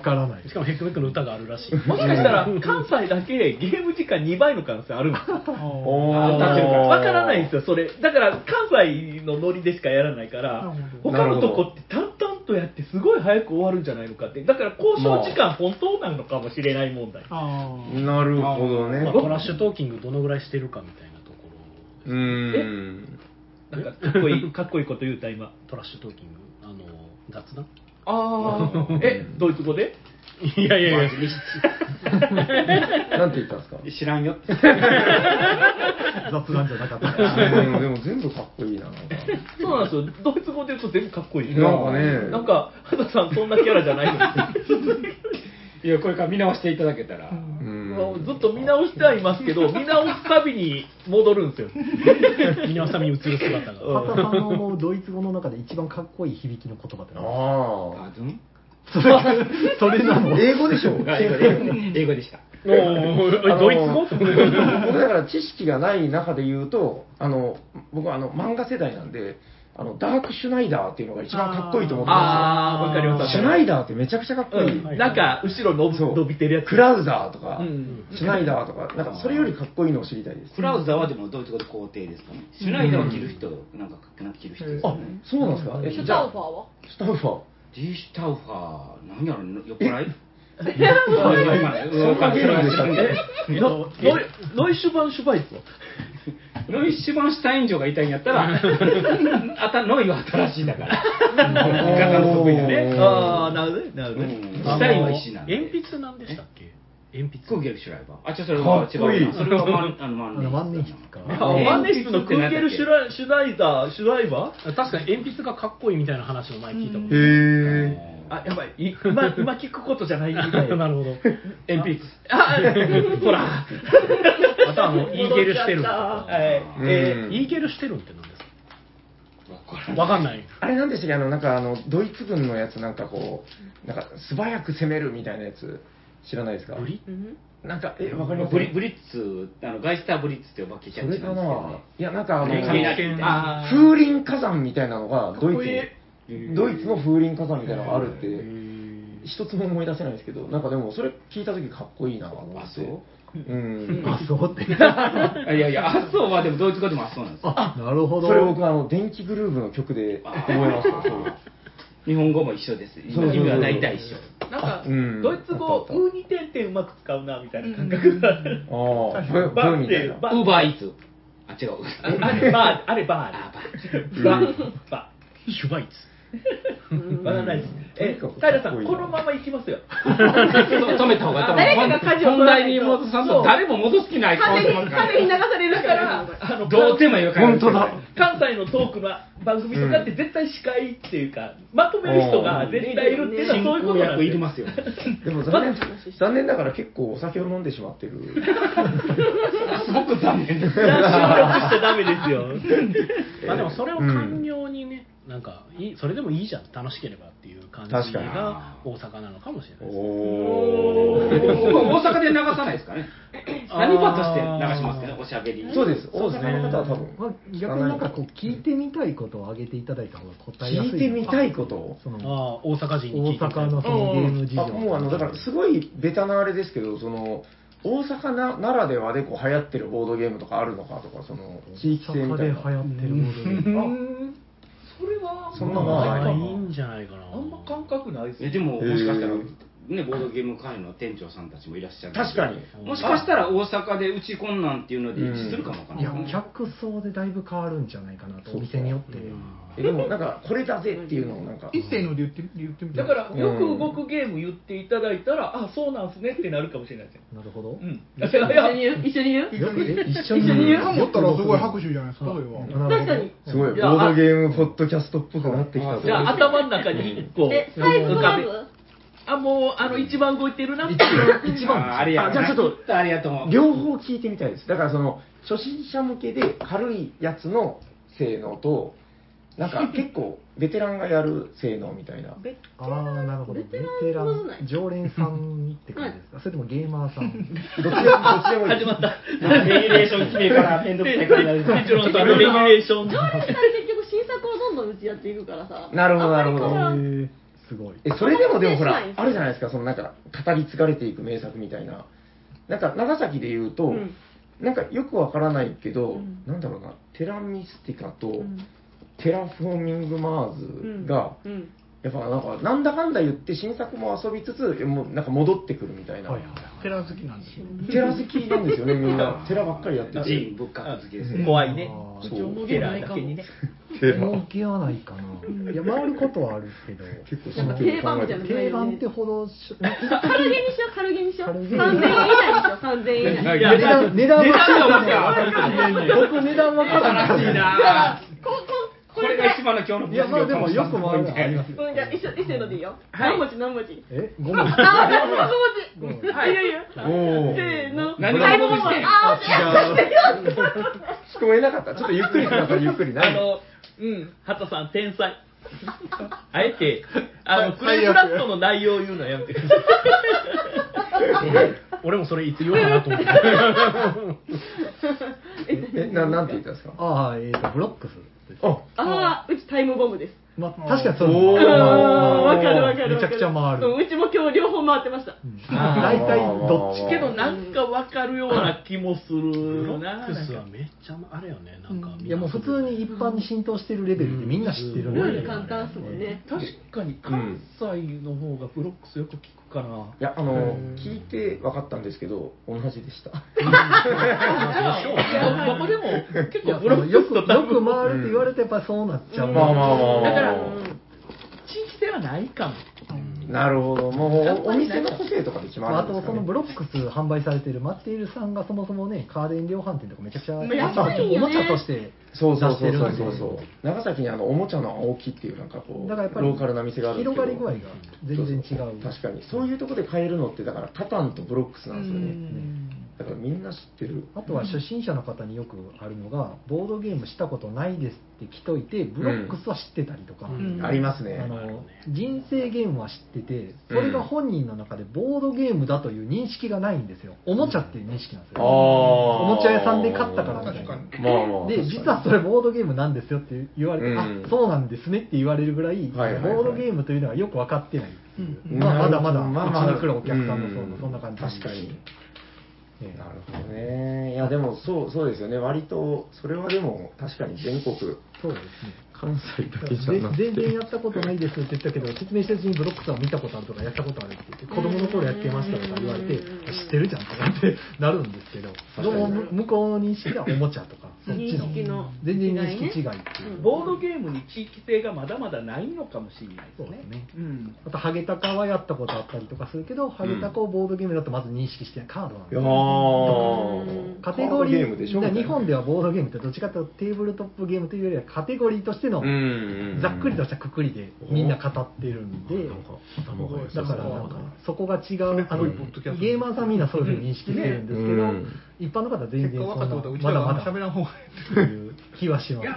S4: からない
S1: しかもヘックメックの歌があるらし い。
S3: もしかしたら、関西だけゲーム時間2倍の可能性あるんですよ。
S2: おー
S6: 歌ってるから
S3: わからないんですよ、それ。だから、関西のノリでしかやらないから
S7: なる、
S2: ほどな
S3: 他
S2: るほ
S3: の
S2: ど
S3: とこって淡々とやって、すごい早く終わるんじゃないのかって。だから、交渉時間本当なのかもしれない問題。
S7: あー
S2: なるほどね
S1: まあ、。トラッシュトーキングどのぐらいしてるかみたいなところ、
S2: うーん。
S3: なんか、かっこいい、かっこいいこと言うた、今。
S1: トラッシュトーキング、あの、雑 談
S3: ああ。 え、ドイツ語で
S1: いやいやいや、
S2: なんて言ったんですか
S6: 知らんよって、
S4: 雑談じゃなかった
S2: うんでも全部かっこいいな。なんか
S3: そうなんですよ。ドイツ語で言うと全部かっこいい。
S2: なんかね
S3: なんか、畑さんそんなキャラじゃないのに。
S6: いや、これから見直していただけた ら、
S2: うん
S3: ずっと見直してはいますけど、見直すたびに戻るんですよ。
S1: 見直さみに映る 姿が。
S4: パパさんの思うドイツ語の中で一番かっこいい響きの言葉って何
S2: ああ。
S6: あずん
S4: それそれなの
S2: 英語でしょ
S6: あ英語で英語でした、
S1: おードイツ語
S2: あの 僕だから知識がない中で言うと、あの僕はあの漫画世代なんで、あのダークシュナイダーっていうのが一番かっこいいと思ってま
S3: ああ、わか
S2: す
S3: りま
S2: よ。
S3: す。
S2: シュナイダーってめちゃくちゃかっこいい。
S1: は
S3: う
S1: い
S3: ん、なんか後ろ伸び
S2: そう
S3: 伸びてるやつ
S2: クラウザーとか、
S3: うん
S2: シュナイダーとか、なんかそれよりかっこいいのを知りたいです。
S6: クラウザーはでもドイツ語で皇帝ですかね、シュナイダーを着る人、なんかなんか着る人です
S2: あ
S6: よね、
S2: そうなんですかえ
S5: シュ
S2: じゃ
S5: タ
S2: あ
S5: ウファーは
S2: シュタウファー。
S6: ディシュタウファー、何やろ、酔っ払 い
S2: そんなゲームでしたっけ
S3: ノノイノイシュバンシュバイツは
S6: ノイ・シュバンシュタイン城がいたいんやったら、 あたノイは新しいんだから、言い方の得意なね。
S2: うん
S3: ああなるほどねなるほどね
S6: うん
S1: あの
S6: シュタインは石なんで。
S1: 鉛筆なんでしたっけ鉛筆。
S6: クーゲルシュライバー。あ、ちょ、それ
S2: か
S6: は
S2: っ
S6: 違
S2: こいいう
S6: な。それはマン、あの、
S4: あ
S6: 万
S4: の万年筆か
S3: あ
S6: あ
S3: マネスのクーゲルシュラシュナイダーシュライバー
S1: 確かに鉛筆がかっこいいみたいな話を前聞いたもん、
S2: へえ。
S3: あやばいい今今聞くことじゃないみたい
S1: な
S3: な
S1: るほど。
S6: 鉛筆。
S3: あほら
S1: あとはあの、イーゲルしてるん
S3: はいえ
S2: うん
S1: イーゲルしてるんって何です
S6: わか
S1: かわかんない。
S2: あれなんでしたっけあの、なんかあの、ドイツ軍のやつなんかこう、なんか素早く攻めるみたいなやつ、知らないですか
S1: ブリ
S2: なんか、え、わかり
S6: る
S2: ます
S6: ブリブリッツ、あの、ガイスターブリッツってお化けキャ
S2: そ
S6: ッ
S2: れ
S6: チな
S2: か
S6: んですけどね
S2: な。いや、なんかあの、
S6: ブリッツになるみたいな
S3: あー
S2: 風林火山みたいなのが、ドイツ
S3: かっこい
S2: に、ドイツの風林火山みたいなのがあるって、一つも思い出せないですけど、なんかでも、それ聞いたときかっこいいなと思って。
S6: あそう
S2: うん。
S4: あ、そうって。
S6: あいやいや、あそうはでもドイツ語でもあそうなんですよ。
S4: あ、なるほど。
S2: それ僕、あの、電気グルーブの曲で覚えました。そう
S6: 日本語も一緒です。意
S2: そうそうそう
S6: 味は大体一緒。
S3: なんか、
S2: うん
S3: ドイツ
S2: あっ
S3: 語、
S2: たあった
S3: うに点々うまく使うな、みたいな感覚がある。
S2: ああ、ブーブ
S3: バ
S2: ー
S3: ーっ
S2: みたい
S3: て
S2: な、。
S3: バ
S6: ウー
S3: ー。
S6: バーイーツ。あ、違う。
S3: ああれバー、あれバ
S6: あ
S3: ー。バー。バー。
S1: シュバイツ。
S3: バナナです。え、
S2: とにかく
S3: 平
S2: か
S3: さ
S2: っこい
S3: ん、
S2: い
S3: このまま行きますよ。
S6: 止めた方が多
S5: 誰かが舵を
S6: 分本
S5: 取らな
S6: 題
S5: い
S6: に
S5: と
S6: 戻さんと誰も戻す気ない顔
S5: 風
S6: し
S5: に
S6: てますか
S5: 風に流
S6: ら
S5: されるから
S3: あの
S6: どうテーマ言うから
S2: 本当だ。
S3: 関西のトークの番組とかって絶対司会っていうか、まとめる人が絶対いるっていうのはそういうことなん
S6: 役
S3: で
S6: い
S3: す
S6: り
S3: よ
S6: ますよ。
S2: でも残念、残念ながら結構お酒を飲んでしまってる。
S6: すごく残念です。
S3: じ ゃあ省略しちゃダメですよ。
S1: まあでもそれを寛容にね、なんかいい、それでもいいじゃん、楽しければっていう感じ
S2: 確かに
S1: が大阪なのかもしれないですね。
S2: お
S6: 大阪で流さないですかね。何バとして流しますかね
S1: あ、ー
S6: おしゃべり。
S2: そうです。大阪の方は多
S4: まあ
S2: 分。、
S4: 逆になんかこう、聞いてみたいことを挙げていただいた方が答えやすい。
S2: 聞いてみたいこと
S4: その、
S1: ああ、大阪人に聞いてみ
S4: 大
S1: た
S4: 阪のそのゲーム事情
S2: あもうあのだからすごいベタなあれですけどその大阪なならではでこう流行ってるボードゲームとかあるのかとかその地域性みたい
S4: 大阪で流
S2: な
S4: 行ってるもので。
S3: それは、
S2: そんなの
S1: ま
S2: は
S1: あ、
S2: ないい
S1: いんじゃないかな。
S3: あんま感覚ないです
S6: え
S3: よ。
S6: でも、
S2: へー
S6: もしかしたら、ね、ボードゲーム会の店長さんたちもいらっしゃる。
S2: 確かに。
S6: もしかしたら大阪でうちこんなんっていうので一致するかもわかん
S4: い
S6: ないで
S4: や
S6: すね。、
S4: 客層でだいぶ変わるんじゃないかなと、お店によって。
S2: えでもなんかこれだぜっていうのをなんか
S7: 一斉ので言って言ってみて
S3: だから、よく動くゲーム言っていただいたら、あ、そうなんすねってなるかもしれないですよ。
S4: なるほど。
S3: う
S4: よ
S3: ん。
S5: 一緒に言う一緒に言う
S4: くえ一緒
S7: 一
S4: に
S7: 緒に
S4: 言
S7: 言
S4: う
S7: うかもったらすごい拍手じゃないですかそれは
S4: なるほ
S5: 確
S4: ど
S5: かに
S2: すごいボ
S5: いやあ
S2: ードゲームポッドキャストっぽくなってきたぞ
S3: じゃ あ、頭の中に1個。
S5: えサイズ選ぶ
S3: あ、もう、あの、一番動いてるなって。
S4: 一
S6: あ
S4: 番
S6: ーあれや
S2: あじゃあちょっと
S6: っとあれやと思う。
S2: 両方聞いてみたいですだからその初心者向けで軽いやつの性能となんか結構ベテランがやる性能みたいな
S5: ベ
S4: ああ、なるほど。
S5: ベテラン上手ない
S4: 常連さんって感 じですか。それともゲーマーさん。
S2: どっちでもどっちでもいいです
S3: 始まった。
S6: なんかレギュレーション決めから面倒くさいことになる。
S3: 店長さんのレギュレーション。
S5: 常連さん結局新作をどんどん打ち合っていくからさ
S2: なるほど
S5: あ
S2: な
S5: んまり
S2: るほど
S5: 変わらん
S4: へーすごい。
S2: えそれでもでもほ
S5: そ
S2: ら
S5: んなことし
S2: あ
S5: ないですよ
S2: るじゃないですかそのなんか語り継がれていく名作みたいななんか長崎で言うと、
S5: うん
S2: なんかよくわからないけど、
S5: ん
S2: なんだろうなテラミスティカと、
S5: うん
S2: テラフォーミングマーズが、
S5: うんうん
S2: やっぱなんかなんだかんだ言って新作も遊びつつもうなんか戻ってくるみたいな、
S4: はいはいはい。
S7: テラ好きなんですよ
S2: テラ好きなんですよねみん なテラばっかりやって
S6: ジ
S2: て
S6: ン仏閣好きですね。
S3: 怖いね。
S4: あー
S2: そう
S3: うゲラーだけにね。
S4: 儲けはないかな。いや、回ることはあるけど、
S2: 結構
S5: なんか
S2: 真剣
S5: 定
S2: に
S5: 番
S2: 考え
S5: み
S2: て
S5: たい
S2: る
S5: な
S4: 定番ってほ どし、
S5: 軽げにしよう軽げにしよう
S4: 軽
S5: 3000
S4: げ
S5: 円
S4: に
S5: 以内にしよう3000円以内
S4: 値段、値段は、僕値段わからない。
S6: 悲しいなぁ。
S5: ここ
S6: こ
S5: こ
S6: れ
S5: れ
S6: が一番の今日の
S4: いや、まあでもよく回るのは ありますよ。
S5: うんじゃあ一緒一緒のでいいよ何文字何文字
S4: え、ごめん。
S5: あわかった5文字
S6: はい
S5: いやいや
S2: おー
S5: せーの
S6: 何
S5: はい
S6: が
S5: 五
S6: 文
S5: 文
S6: 字
S5: 字
S6: して
S5: あ
S2: 聞こえなかったちょっとゆっくりしなさいゆっくり
S3: あ
S2: 何
S3: の、うん、畑さん、天 才。あえて、あの、
S7: 最
S3: クレープラットの内容を言うのやめてください。
S1: 俺もそれいつ言おうかなと思って。
S2: えななんて言ったんですか
S4: ああ、えっと、ブロックスです。
S2: あ
S5: あーうちタイムボムです
S4: まあ、確かにそう
S2: おー
S5: うん
S2: あー
S5: わかるわかる
S4: めちゃくちゃ回る。
S5: うんうちも今日両方回ってました
S4: 大体どっち
S3: けど、なんかわかるような気もするな。
S1: クスはめっちゃあれよね、なんか。
S4: いやもう普通に一般に浸透してるレベルってみんな知ってるん
S1: うん
S4: で
S5: ルール簡単っすもんね
S3: 確かに関西の方がブロックスよく聞くかな。
S2: いやあの聞いて分かったんですけど同じでした
S1: でしょうね。
S3: どこでも結
S4: いや
S3: 構
S4: そ
S3: ブロ
S4: の
S3: ック
S4: よ
S3: ス
S4: く
S3: と
S4: よ
S3: 多分
S4: く回るって言われてやっぱそうなっちゃう、
S2: まあまあまあまあ
S3: だから
S5: うん
S3: 地域性はないかも。
S2: なるほど、もうおお店の個性とかで決
S4: まあ、
S2: ま
S4: あ
S2: るんです
S4: とそ
S2: か、
S4: の
S2: ね
S4: ブ、ロックス販売されてるマッティールさんがそもそもね家電量販店とかめちゃくちゃ
S5: まあ安いよね
S4: おもちゃとして
S2: そうそう
S4: 出
S2: そうそ
S4: してる
S2: うん
S4: で
S2: そうそう長崎にあのおもちゃの青木っていうなんかこう
S4: だからやっぱり
S2: ローカルな店があるんです
S4: 広
S2: けど
S4: がり具合が全然違う
S2: そうそう確かにそういうとこで買えるのってだからタタンとブロックスなんですよねだだからみんな知ってる。
S4: あとは初心者の方によくあるのが、ボードゲームしたことないですって来といて、ブロックスは知ってたりとか、
S5: ん
S2: ありますね。
S4: あ
S1: なるほ
S4: の
S1: どね
S4: 人生ゲームは知ってて、それが本人の中でボードゲームだという認識がないんですよ、おもちゃっていう認識なんです
S2: あー
S4: よ。おもちゃ屋さんで買ったからみたいな
S7: 確か
S2: まあまあ。確
S4: で
S2: かに
S4: 実はそれボードゲームなんですよって言われて、
S2: うん
S4: あそうなんですねって言われるぐらい、
S2: はいはいはい
S4: ボードゲームというのはよく分かってないっていう、
S2: うん
S4: まあ、まだまだ
S2: まあまあ
S4: うちに来るお客さんの層
S2: う
S4: も
S2: ん
S4: そんな感じ
S2: 確かに
S4: ええ
S2: なるほどね。いや、でもそう、そうですよね。割と、それはでも、確かに全国、
S4: そうです
S2: 関西だけじゃ
S4: ね
S2: なくて。
S4: 全然やったことないですって言ったけど説明したうちにブロックスは見たことあるとかやったことあるって言って子供の頃やってましたとか言われて
S5: うん
S4: 知ってるじゃんとかってなるんですけど
S2: 確かに
S4: でも向こう認識はおもちゃとかそっちの
S5: 認識の
S4: 全
S5: 違
S4: 然認
S5: いね
S4: 識違いっていう、
S5: うん
S3: ボードゲームに地域性がまだまだないのかもしれないで
S4: そう
S3: す
S4: で
S3: ね
S4: すね
S3: うん
S4: あとハゲタカはやったことあったりとかするけど、ハゲタカをボードゲームだとまず認識してないカードなん
S2: い
S4: で
S2: や
S4: す
S2: ー
S4: カテゴリ
S2: カ
S4: ー
S2: ドゲームでしょ
S4: だから日本
S2: で。
S4: ではボードゲームってどっちかというとテーブルトップゲームというよりはカテゴリーとしての
S2: うんうんうん
S4: ざっくりとしたくくりでみんな語ってるんで、
S2: 頭が良
S4: だ
S2: さ
S4: か
S2: そう
S4: らなんかそこが違う、あのゲーマーさんみんなそういうふうに認識してるんですけど、
S2: うん
S4: 一般の方は全
S7: 結
S4: 然
S7: 果分
S4: そん
S7: か
S4: な
S7: ったことはうち
S4: ま
S7: ら
S4: だ
S7: があん
S4: ま
S7: ま喋
S4: だ
S7: らん方がい
S4: っていう気はします ね。
S7: い。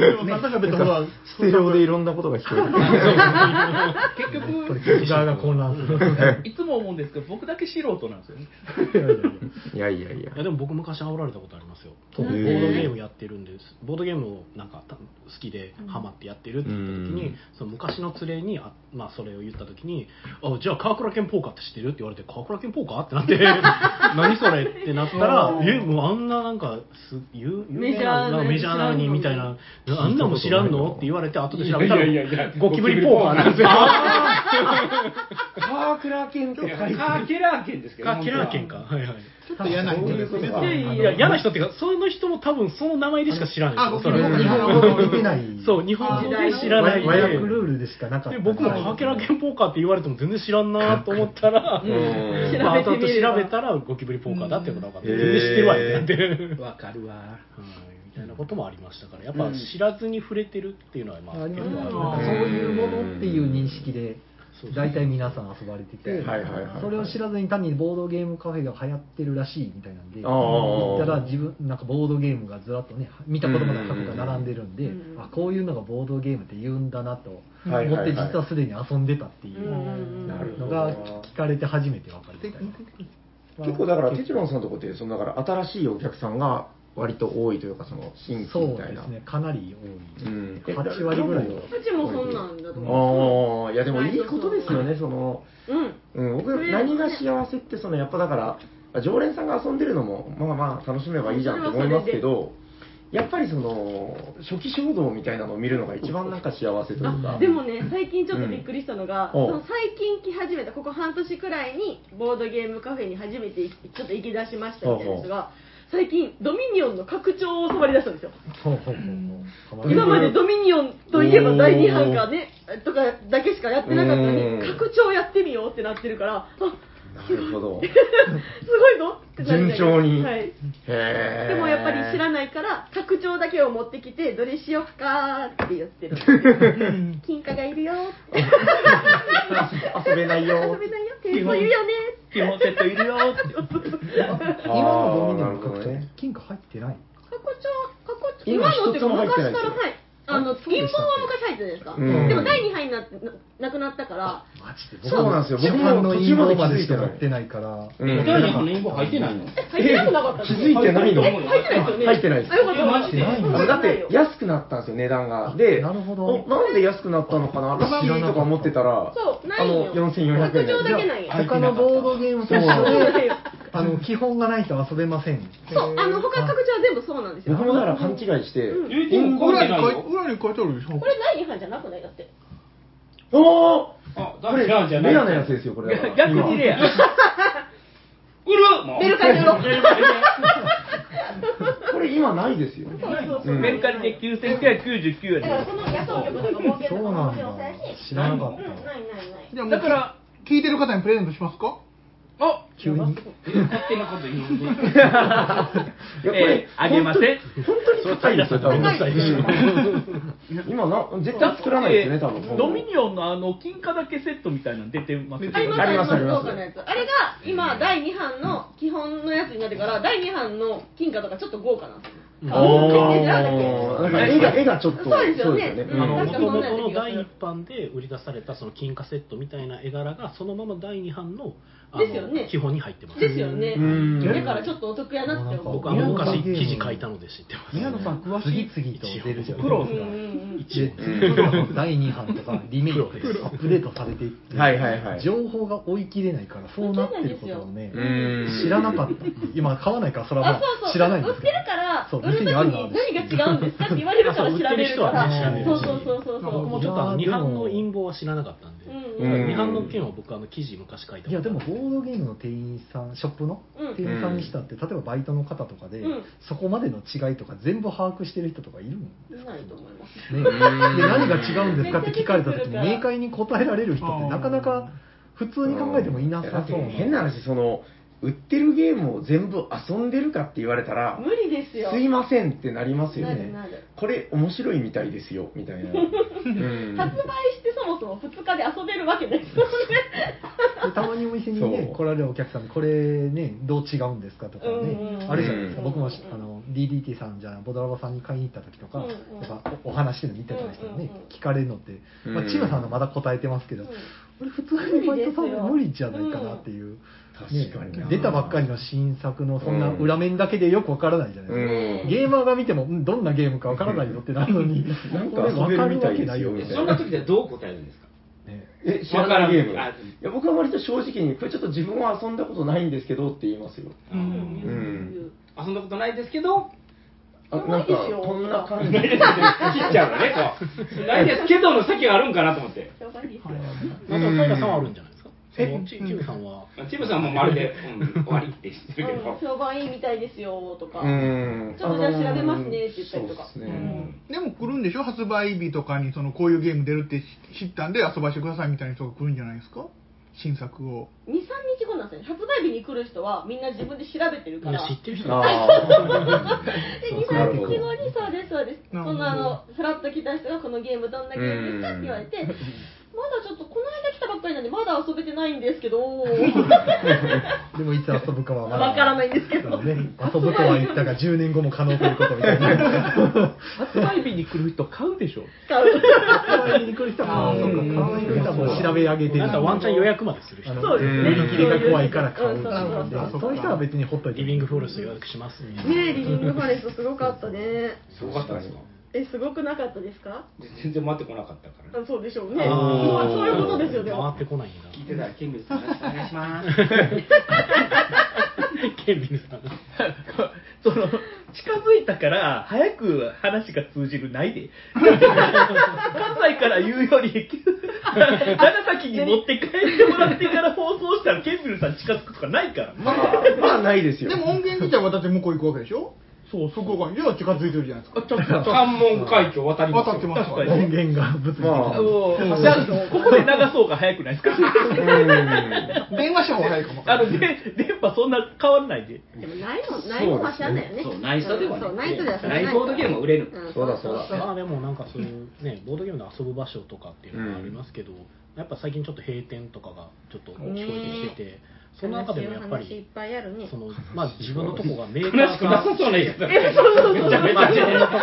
S7: でも、参加者別の方は、
S2: ステレオでいろんなことが聞こえる。
S3: 結
S4: これ
S3: 局
S4: 聞き側が混乱する。
S3: いつも思うんですけど僕だけ素人なんですよね
S2: いやいやいや
S1: い。やでも僕昔煽られたことありますよ
S2: へー
S1: ボードゲームやってるんですボードゲームをなんかた好きでハマってやってるって言った時に、
S2: うん
S1: その昔の連れにあ、まあ、それを言った時にあじゃあ川倉健ポーカーって知ってるって言われて川倉健ポーカーってなって何それってなったらえもうあんななんかす有有名ななんかメ
S5: メ
S1: ジ
S5: ジ
S1: ャー
S5: ャー
S1: な
S5: な
S1: の
S5: の
S1: に
S5: に
S1: みたいなあんなも知らんのって言われて後で調べたら
S6: いやいやいや
S1: ゴキブリポーカーなんですよ
S2: 川倉健って書いて
S6: カーケラー券ですけど
S1: あキラーケンかはいはい
S7: ちょっと嫌な人ですね。
S4: そういうことか
S1: いや嫌な人っていうかその人も多分その名前でしか知らない
S7: あ、
S1: で
S7: 僕
S1: すよおそらく
S2: うん
S4: 日本語を見てない。
S1: そう、日本語で知らな
S4: 和
S1: い
S4: 和訳ルー
S1: で。
S4: ルでしかなかっ
S1: で、
S4: た。
S1: 僕もカーケラケンポーカーって言われても全然知らんなと思ったら、
S2: うん
S1: まあ後々
S5: 調べてみれば
S1: 調べたらゴキブリポーカーだってことが分かって、
S2: うん
S1: 全然知ってるわよねって。
S3: わかるわ
S1: うんみたいなこともありましたから、やっぱ知らずに触れてるっていうのは、まあ、
S4: あり
S1: 結
S4: ま
S1: 構
S4: すねなん
S1: あ
S4: か
S1: る
S4: そういうものっていう認識で
S1: そうそう、
S4: 大体皆さん遊ばれてて
S2: はいはいはいはい、
S4: それを知らずに単にボードゲームカフェが流行ってるらしいみたいなんで、
S2: あー
S4: 行ったら自分、なんかボードゲームがずらっとね、見たこともない箱が並んでるんで
S5: う、ん
S4: あ、こういうのがボードゲームって言うんだなと
S2: はいはい
S4: 思
S2: は
S4: っ
S2: い
S4: て、実はすでに遊んでたってい
S5: うんうんうん
S4: う
S5: なる
S2: ほど
S4: のが聞かれて初めて分かるみたいな。
S2: 結構だから、テチロンさんのとこって、そのだから新しいお客さんが割と多いというか、その新規
S4: そう
S2: みたい
S4: で
S2: な。
S4: すね、かなり
S2: うん
S4: 多い。8割ぐらいは。
S5: うちもそんなんだと思
S2: ああ、いやでもいいことですよね、その、
S5: う。うん。
S2: うん、僕、何が幸せって、そのやっぱだから、常連さんが遊んでるのも、まあまあ楽しめばいいじゃんと思いますけど、やっぱりその、初期衝動みたいなのを見るのが一番なんか幸せというか。
S5: あでもね最近ちょっとびっくりしたのが、
S2: うん
S5: その最近来始めたここ半年くらいにボードゲームカフェに初めて行きちょっと行き出しましたみたいなやつが最近ドミニオンの拡張を教わり出したんですよ
S4: ほうほうほうほう。
S5: 今までドミニオンといえば第2版かねとかだけしかやってなかったの
S2: うん
S5: に拡張やってみようってなってるからあす
S2: なる
S5: ご
S2: ほど。
S5: いぞってなるんだけど
S2: 順調に
S5: はい、
S2: へえ。
S5: でもやっぱり知らないから拡張だけを持ってきてどれしよっかーって言 ってる金貨がいるよーって
S2: 遊べないよ。
S5: 遊べないよってそう言うよねーって
S3: 基 本セットいるよって
S4: 今のドミニオ
S2: あ
S4: ンの
S2: ーなるほ
S4: 拡
S2: ど
S4: 張
S2: ね、
S4: 金貨入ってない。
S5: 過去帳、過去
S2: 今
S5: 帳、今のっていうか
S2: 一つも入っ
S5: 昔
S2: て
S5: か
S2: ないですよ
S5: ら、はい。あの、
S4: そうで
S5: 銀
S4: した
S5: 本
S4: っ
S5: は昔入ってたじゃないですか。
S2: うん
S5: でも第2版になってななくなったから、
S4: マジで
S2: そうなんですよ
S4: 僕
S2: 僕も
S4: もの陰謀までし
S2: 途中まで気づいてない
S4: か持ってないから。
S2: うん
S6: お寺にこのインボ入ってないの
S5: 入ってなくなかった
S2: 気づいてないの
S5: え入ってないですよね。
S2: 入ってないです
S5: あ、よかった。
S4: 入ってないん
S2: あのだって
S5: や
S2: 安くなったんですよ、値段が。で、
S4: なるほど
S2: おなんで安くなったのかな、ラッキーとか思ってたら、
S5: そう、な
S2: あ
S5: い
S2: の
S5: よ。
S2: 4400円なんで
S5: 拡張だけないよ。
S4: 他のボードゲームと一
S2: そう
S4: 緒で、あの、基本がないと遊べません。
S5: そう、あの、他拡張は全部そうなんですよ。
S2: 僕もだから
S5: こ
S2: 勘違いして、
S5: うん
S6: 言うても
S7: 裏
S6: 書いて
S7: に
S6: ない
S7: 書い
S6: よ
S7: 裏に書いてあるでしょ。
S5: れ第2版じゃなくないだって。
S2: おー
S6: あ
S2: これ、レ
S6: じゃ
S2: ア
S6: あじゃない
S2: なやつですよ、これ。
S3: 逆にレア
S6: 売るもう
S5: メルカリ売ろう
S6: メルカリね
S2: 今これ今ないですよ。
S5: そ う
S2: うん
S3: メルカリで9999円
S5: だから、この野草局とか冒険と
S4: そう
S5: か
S4: な
S5: 面
S4: ん
S5: 白
S4: だ
S5: さやし、。
S4: 知らなか
S5: うん、
S4: っ
S5: ないないない。
S7: じゃあもう
S3: だから
S7: 聞いてる方にプレゼントしますか
S3: あ
S4: 急に。
S6: 勝手なこと言う
S2: い
S6: ね。
S2: やこ
S3: え
S2: れ
S3: ーあげません。
S2: 本当に高いですよ、多分。
S1: 高いですよ
S2: うん今な、絶対作らないですよね、多分。
S3: ドミニオンのあの金貨だけセットみたいなの出てますよ
S5: あります
S2: あ
S5: あ
S2: り
S5: り
S2: ま
S5: ますす
S2: あります
S5: 豪華なやつあれが今第2版の基本のやつになってから第2版の金貨とかちょっと豪華なんですよ
S1: うん
S2: あーなんか絵が絵がちょっと
S5: そうですよね
S2: うん
S1: あのも
S5: うん
S1: ともとの第1版で売り出されたその金貨セットみたいな絵柄がそのまま第2版のあ
S5: ですよね
S1: の基本に入ってます。
S5: ですよね
S2: うん
S5: だからちょっとお得やなって思う
S1: 僕は昔記事書いたので知ってます。
S4: 宮野さん詳しい。次々と出るじゃん。
S1: 苦労
S5: うんうん
S1: 一応
S4: でプロの第2版とかリメイク
S1: プロです
S4: アップデートされていって、
S2: はいはいはい
S4: 情報が追い切れないからそうなってることをね
S2: うん
S4: 知らなかった今買わないからそれ
S5: うん
S4: は
S5: あ
S4: も
S5: そうそう
S4: う知らないんで
S5: 売っ
S4: す
S5: て
S4: けど
S5: るから
S4: そう
S5: 売る時
S4: 店
S5: に
S4: にあるのは
S5: 何が違うんですかって言われるから調
S1: あそう売
S5: べるか
S1: っ
S5: ら
S1: てる人はね知らないし
S5: そうそうそうそう
S1: まあ僕もちょっとあの2版の陰謀は知らなかったんで、
S5: うんうん
S1: 2版の件は僕あの記事昔書いた
S4: いやでもボードゲームの店員さんショップの
S5: うん
S4: 店員さんにしたって例えばバイトの方とかで、
S5: うん
S4: そこまでの違いとか全部把握してる人とかいるもんね
S5: ないと思います
S4: で何が違うんですかって聞かれた時に
S5: めっちゃ出てくるか
S4: 明
S5: ら
S4: 快に答えられる人ってなかなか普通に考えてもいな
S2: だ
S4: さ
S2: って
S4: そう
S2: 変な話、その、売ってるゲームを全部遊んでるかって言われたら、
S5: 無理ですよ
S2: すいませんってなりますよ
S5: な
S2: ね
S5: るな。る
S2: これ面白いみたいですよ、みたいな。うん
S5: 発売してそもそも2日で遊べるわけですよね
S4: でたまにお店に
S2: そ
S4: ね
S2: う
S4: 来られるお客さんにこれねどう違うんですかとかね、
S5: うんうん
S4: あるじゃないですか、
S5: うん
S4: 僕もあの DDT さんじゃないボドラボさんに買いに行った時とか、
S5: うんうん
S4: やっぱおお話ししてるの見てたりしたらね、
S5: うんうんうん
S4: 聞かれるのって、まあ、
S2: うん
S4: チムさんがまだ答えてますけど、
S5: うん
S4: これ普通にバイトさんは無理じゃないかなっていう、ね
S2: 確かにな。
S4: 出たばっかりの新作のそんな裏面だけでよくわからないじゃないですか、
S2: うん。
S4: ゲーマーが見ても、うんどんなゲームかわからないよってなるのに、
S2: なんか遊べるみたいですよ、みたいな。
S6: そんな時でどう答えるんですか
S4: ね
S2: え、知らないゲーム。い
S6: わからんあ
S2: や、僕は割と正直に、これちょっと自分は遊んだことないんですけどって言いますよ。
S6: うん
S2: ん
S6: 遊んだことないですけど、
S2: あ、
S5: な
S2: なん
S5: い
S2: か、
S5: ですよ
S2: こんな感じ。
S6: 切っちゃうのね、こう。ないですけどの先があるんかなと思って。
S5: しょうがないですよ
S1: なんか平さんはあるんじゃないですか。そのチキムさんは。
S6: チームさんもまるで、うん、終わりってしてるけ
S5: うん
S6: ど。
S5: 評判いいみたいですよとか、
S2: うん
S5: ちょっとじゃあ調べますねって言ったりとか
S2: そうです
S5: う
S2: ね
S5: ん。
S7: でも来るんでしょ発売日とかにそのこういうゲーム出るって知知ったんで遊ばしてくださいみたいな人が来るんじゃないですか新作を。
S5: 23日後なんですよね発売日に来る人はみんな自分で調べてるか
S1: みん
S5: ら
S1: な知ってる人だ。
S2: ああ。
S5: で
S1: そう
S2: な
S5: 23
S2: るほ
S5: 日
S2: ど
S5: 後にそうですそうです
S7: なる
S5: こ
S7: ほど
S5: のあのフラッと来た人がこのゲームどんなゲームですかって言われてまだちょっとこの間来たばっかりなんでまだ遊べてないんですけど
S4: でもいつ遊ぶかはまだ
S5: わからないんですけど
S4: そうね、遊ぶとは言ったが10年後も可能ということみたいな
S3: 発売日に来る人買うでしょ。
S5: 使う
S4: 可愛いに来る人はもうそうか可愛いに来る人はもう調べ上げてる
S1: なんかワンチャン予約までする
S4: あ
S1: 人。
S4: の
S5: そうですね
S4: 売り切れが怖いから買うっていう
S5: うんん
S4: で
S5: そうそう
S7: そう
S4: そういう人は別にほっとい
S1: リ
S4: ても
S1: ビングフォレスト予約しますみたいな。
S5: ねえリビングファレストすごかったね
S6: すごかったですか
S5: えすごくなかったですか
S6: 全然待ってこなかったから。
S5: あそうでしょうね
S1: あ
S5: まあ
S1: ー
S5: そういうことですよね
S1: 回ってこないんだ。
S6: 聞いてたら、ケンビルさん、よろしくお願いします。
S1: ケンビルさん。
S3: その、近づいたから、早く話が通じるないで。関西から言うより、長崎に持って帰ってもらってから放送したら、ケンビルさん近づくとかないから。
S2: まあ、まあ、ないですよ。
S7: でも音源自体はだって向こう行くわけでしょそう、そこが。いや、近づいてるじゃないですか。
S6: 関門海峡渡りますよ
S7: 渡ってますから
S4: 音
S7: ね。
S4: 源が物理的
S2: まあ、う
S3: じゃあ、ここで流そうが早くないです
S2: ん。
S3: か
S7: 電話した方が早いかも。
S3: あの、で電波そんな変わらないで。
S5: でもないもんないもんはしゃあないよね
S6: そう内緒ではね
S5: そう内緒ではしゃあない
S6: 内緒のゲームは売れる
S5: ん
S2: そうだそうだ
S1: まあでもなんかそういうね、ボードゲームの遊ぶ場所とかっていうのがありますけど、やっぱ最近ちょっと閉店とかがちょっと聞こえてきてて、その中でもやっぱ
S5: 悲しい話いっ
S1: り、
S5: ぱいあるね
S1: そのまあ自分のとこがメーカ
S6: 悲し
S1: ー
S6: くなさ
S1: が
S6: そうな言い方。めちゃめち
S1: まあ
S6: ゃ
S1: 自分
S6: ね
S1: のとこ、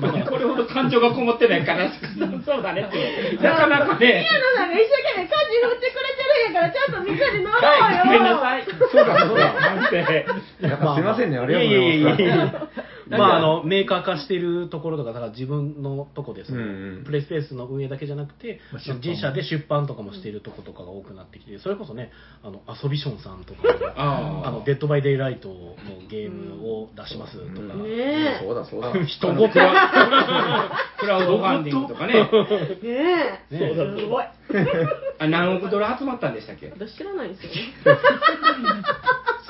S1: だから
S6: これほど感情がこもってない悲しくなさそうだねって。なかなかね。
S5: 宮野さんが一生懸命家事振ってくれてるんやからちゃんとみんなで乗ろうよ、
S6: はい、ごめんなさい。
S2: そうだそうだ。
S6: なんて。
S2: なんかすいませんね、ありがとう
S1: いえい
S2: ござい
S1: えいえい
S2: ま
S1: えまああのメーカー化してるところとかだから自分のとこでその、
S2: うんうん
S1: プレイスペースの運営だけじゃなくて、
S4: まあ出版も
S1: 自社で出版とかもしているとことかが多くなってきてそれこそねあのアソビションさんとかも
S6: あ ー
S1: あのデッドバイデイライトのゲームを出しますとか、
S5: ね
S2: す。そうだそうだ。
S1: 人ごと
S6: クラウドファンディングとかね。
S5: えねえ
S1: ね
S5: すごい
S6: あ、何億ドル集まったんでしたっけ
S5: 私知らないですよね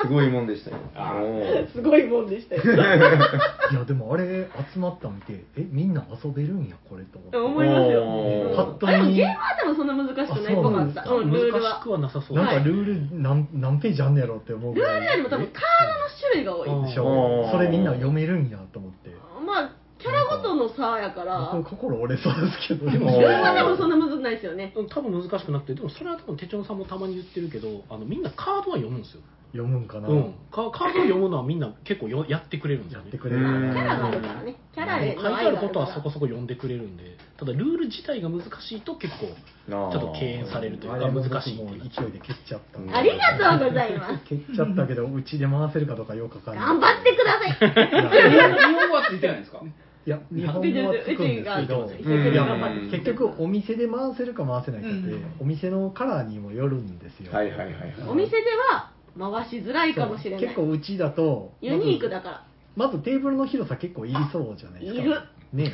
S2: すごいもんでしたよ。
S6: あー
S2: もう
S5: すごいもんでしたよ。
S4: いやでもあれ集まったの見てえみんな遊べるんやこれと思って
S5: 思いますよ。
S2: お
S5: う
S2: ー
S5: ん
S4: パッと見
S5: あでもゲームは多分そんな難しくないと思った。
S4: あ
S5: う
S4: そ
S5: ん、ルール
S1: 難し
S5: は
S1: く。はなさそう
S4: なんか
S1: はい
S4: ルール何何ページあんねやろって思う
S5: ル
S4: ぐ
S5: ー
S4: ら
S5: ルよりも多分カードの種類が多い。
S1: うん
S4: でし
S2: お
S4: ょ
S2: ー
S4: それみんな読めるんやと思って
S5: まあ、キャラごとの差やから、
S4: 僕心折れそうですけど
S1: でも
S5: ルールは
S2: お
S5: 多分そんな難しいですよね。
S1: うん多分難しくなくて、でもそれは多分手帳さんもたまに言ってるけど、あのみんなカードは読むんですよ。
S4: 読むんかな、
S1: うん、カカードを読むのはみんな結構よやってくれるんです
S4: や
S1: よ
S4: っ
S1: ね
S4: て。くれるか
S2: うん
S5: キャラがあ
S4: な
S5: るからね。キャラ
S1: で
S5: へ
S1: 書いて
S5: の
S1: あ
S5: 愛
S1: る
S5: があ
S1: こ
S5: る
S1: と
S5: か
S1: は
S5: ら
S1: そこそこ読んでくれるんで、ただルール自体が難しいと結構、
S2: ちょ
S1: ちょっと敬遠されるというか、難しいって
S4: もう
S1: いう
S4: 勢いで蹴っちゃったんで
S5: ありがとうございます。
S4: 蹴っちゃったけどうちで回せるかどうかよくわかんない
S5: 頑張ってください。
S4: いや
S6: 日本語はついてないんですか
S4: いや日本語はつくんですけど
S5: うち
S2: がうん
S4: いや
S5: 頑張って
S4: 結局お店で回せるか回せないかって、
S7: うん
S4: お店のカラーにもよるんですよ、
S2: はいはいはいはい。
S5: お店では回しづらいかもしれない。
S4: 結構うちだと
S5: ユニークだから。
S4: まずまずテーブルの広さ結構いりそうじゃないですか
S5: いる
S4: ね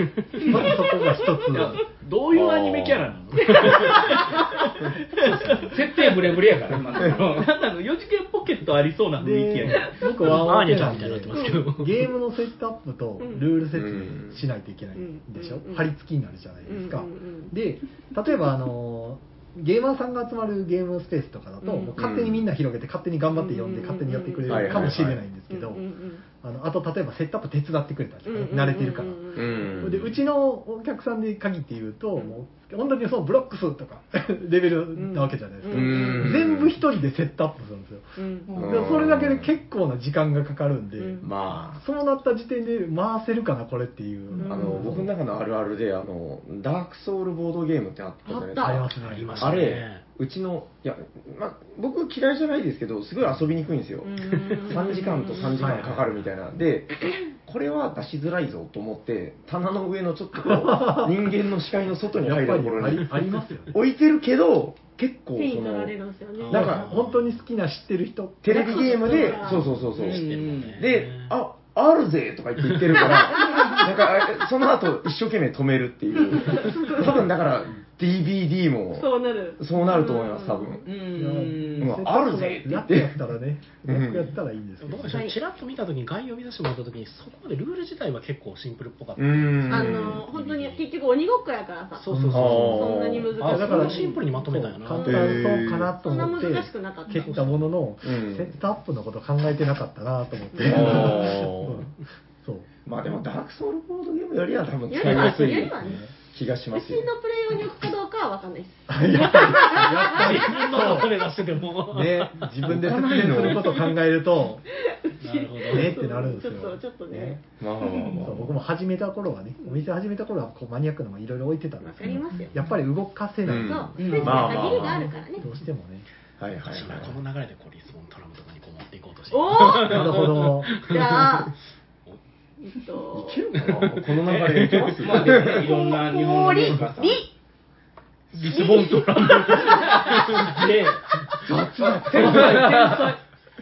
S4: まずそこが一つ
S3: どういうアニメキャラなの
S6: 設定ブレブレやから今の
S3: なんなの四次元ポケットありそうな雰囲気やね
S4: で僕は
S1: アーニャちゃんみたいになってますけど
S4: ゲームのセットアップとルール説明しないといけない
S5: うん
S4: でしょ、
S5: うん
S4: 貼り付きになるじゃないですか、
S5: うんうんうん
S4: で例えばあのゲーマーさんが集まるゲームスペースとかだと、
S5: うん
S4: もう勝手にみんな広げて勝手に頑張って読んで、
S5: うん
S4: 勝手にやってくれ
S2: はいはい
S4: る
S2: は
S4: か
S2: い
S4: もしれないんですけど、
S5: うんうん
S4: あのあと例えばセットアップ手伝ってくれたりと
S5: う
S4: か
S5: ん
S4: ね、慣れてるから、
S5: うんうん
S2: う
S5: うん
S2: ん。
S4: でうちのお客さんで限って言うと、
S5: うん
S4: もう本当にそのブロック数とか レベルなわけじゃないですか、
S2: うん
S4: 全部一人でセットアップするんですよ、
S5: うん
S2: うん
S4: でそれだけで結構な時間がかかるんで、
S5: うん
S2: ま
S4: そうなった時点で回せるかなこれっていう、
S5: うん
S2: あ、あの、僕の中のあるあるで、あの、ダークソウルボードゲームってあったじゃないです
S5: あ
S2: か
S5: っ。
S4: ありますね
S1: ありました
S2: あれ
S1: ね。、
S2: うちの、いや、まあ、僕嫌いじゃないですけど、すごい遊びにくいんですよ。3時間と3時間かかるみたいな。で、これは出しづらいぞと思って、棚の上のちょっとこう人間の視界の外に
S4: や
S2: 入
S4: っ
S2: る
S4: ぱ
S2: ところに
S4: りありありますよね
S2: 置いてるけど、結構
S5: 手
S2: そ
S5: に取ら
S2: の
S5: れ、るんですよね。
S4: なんか本当に好きな知ってる人
S2: テレビゲームで
S5: あ、
S2: そうそうそうそう。
S1: 知ってるもんね
S2: で、あ、あるぜとか言って言ってるから、なんか、その後一生懸命止めるっていう。多分だから、DVD も、
S5: そうなる。
S2: そうなると思います、多
S5: うん
S2: 分。
S4: うん
S2: まああるぜって言
S4: ラ
S2: っ
S4: ッ
S2: て
S4: クやったらね
S2: うん
S4: ラックやったらいいんですけ
S1: ど
S4: ど
S1: うでしょ
S5: は
S1: う
S5: い
S1: ちらっと見たときに概要を見出してもらったときに、そこまでルール自体は結構シンプルっぽかった。
S2: うーん。
S5: あの、本当に結局鬼ごっこやからさ。
S1: そうそう
S2: あ
S1: そ
S2: ー
S5: そんなに難しく
S2: あ
S5: な
S2: だか
S5: い
S1: そんなシンプルにまとめたんやな
S4: そう簡単そうかなと
S5: そんな
S4: 思って
S5: 難しくなかった。
S4: 蹴ったものの、
S2: うん
S4: セットアップのこと考えてなかったなと思って、
S2: おー
S4: うんそう
S2: まあでも、ダークソウルボードゲームよりは多分使
S5: や
S2: い
S5: り
S2: や
S5: は
S2: す
S5: ね
S2: い
S5: やりはね。
S2: 気がし
S5: う
S2: ま
S5: ち
S2: すよ。
S5: のプレイ用に置くかどうかは分かんないです。
S1: う。自分のそれ出してても。
S4: ね、自分で説明することを考えると、
S1: なるほど。
S4: ねってなるんですよ
S5: ちょっと、ちょっとね
S2: ね。まあまあま
S4: そう僕も始めた頃はね、お店始めた頃はこうマニアックなもいろいろ置いてたんで
S5: わ
S4: す
S5: か
S4: け
S5: り
S4: ど、
S5: ますよ。
S4: やっぱり動かせない、
S2: うん
S5: そう。スペースに限り
S2: まあまあまあ
S5: があるからね。
S4: どうしてもね。
S2: あ。はいはい
S1: 私は
S2: は
S1: こ
S2: い。
S1: の流れでこうリスボントラムとかにこう持っていこうとして。
S5: お
S4: なるほど。
S5: お じゃあ、えっと、
S2: いけるかなこの流れいけます
S6: まあでもいろんな日本のメーカーさん
S5: 氷
S1: リスボントラム。で、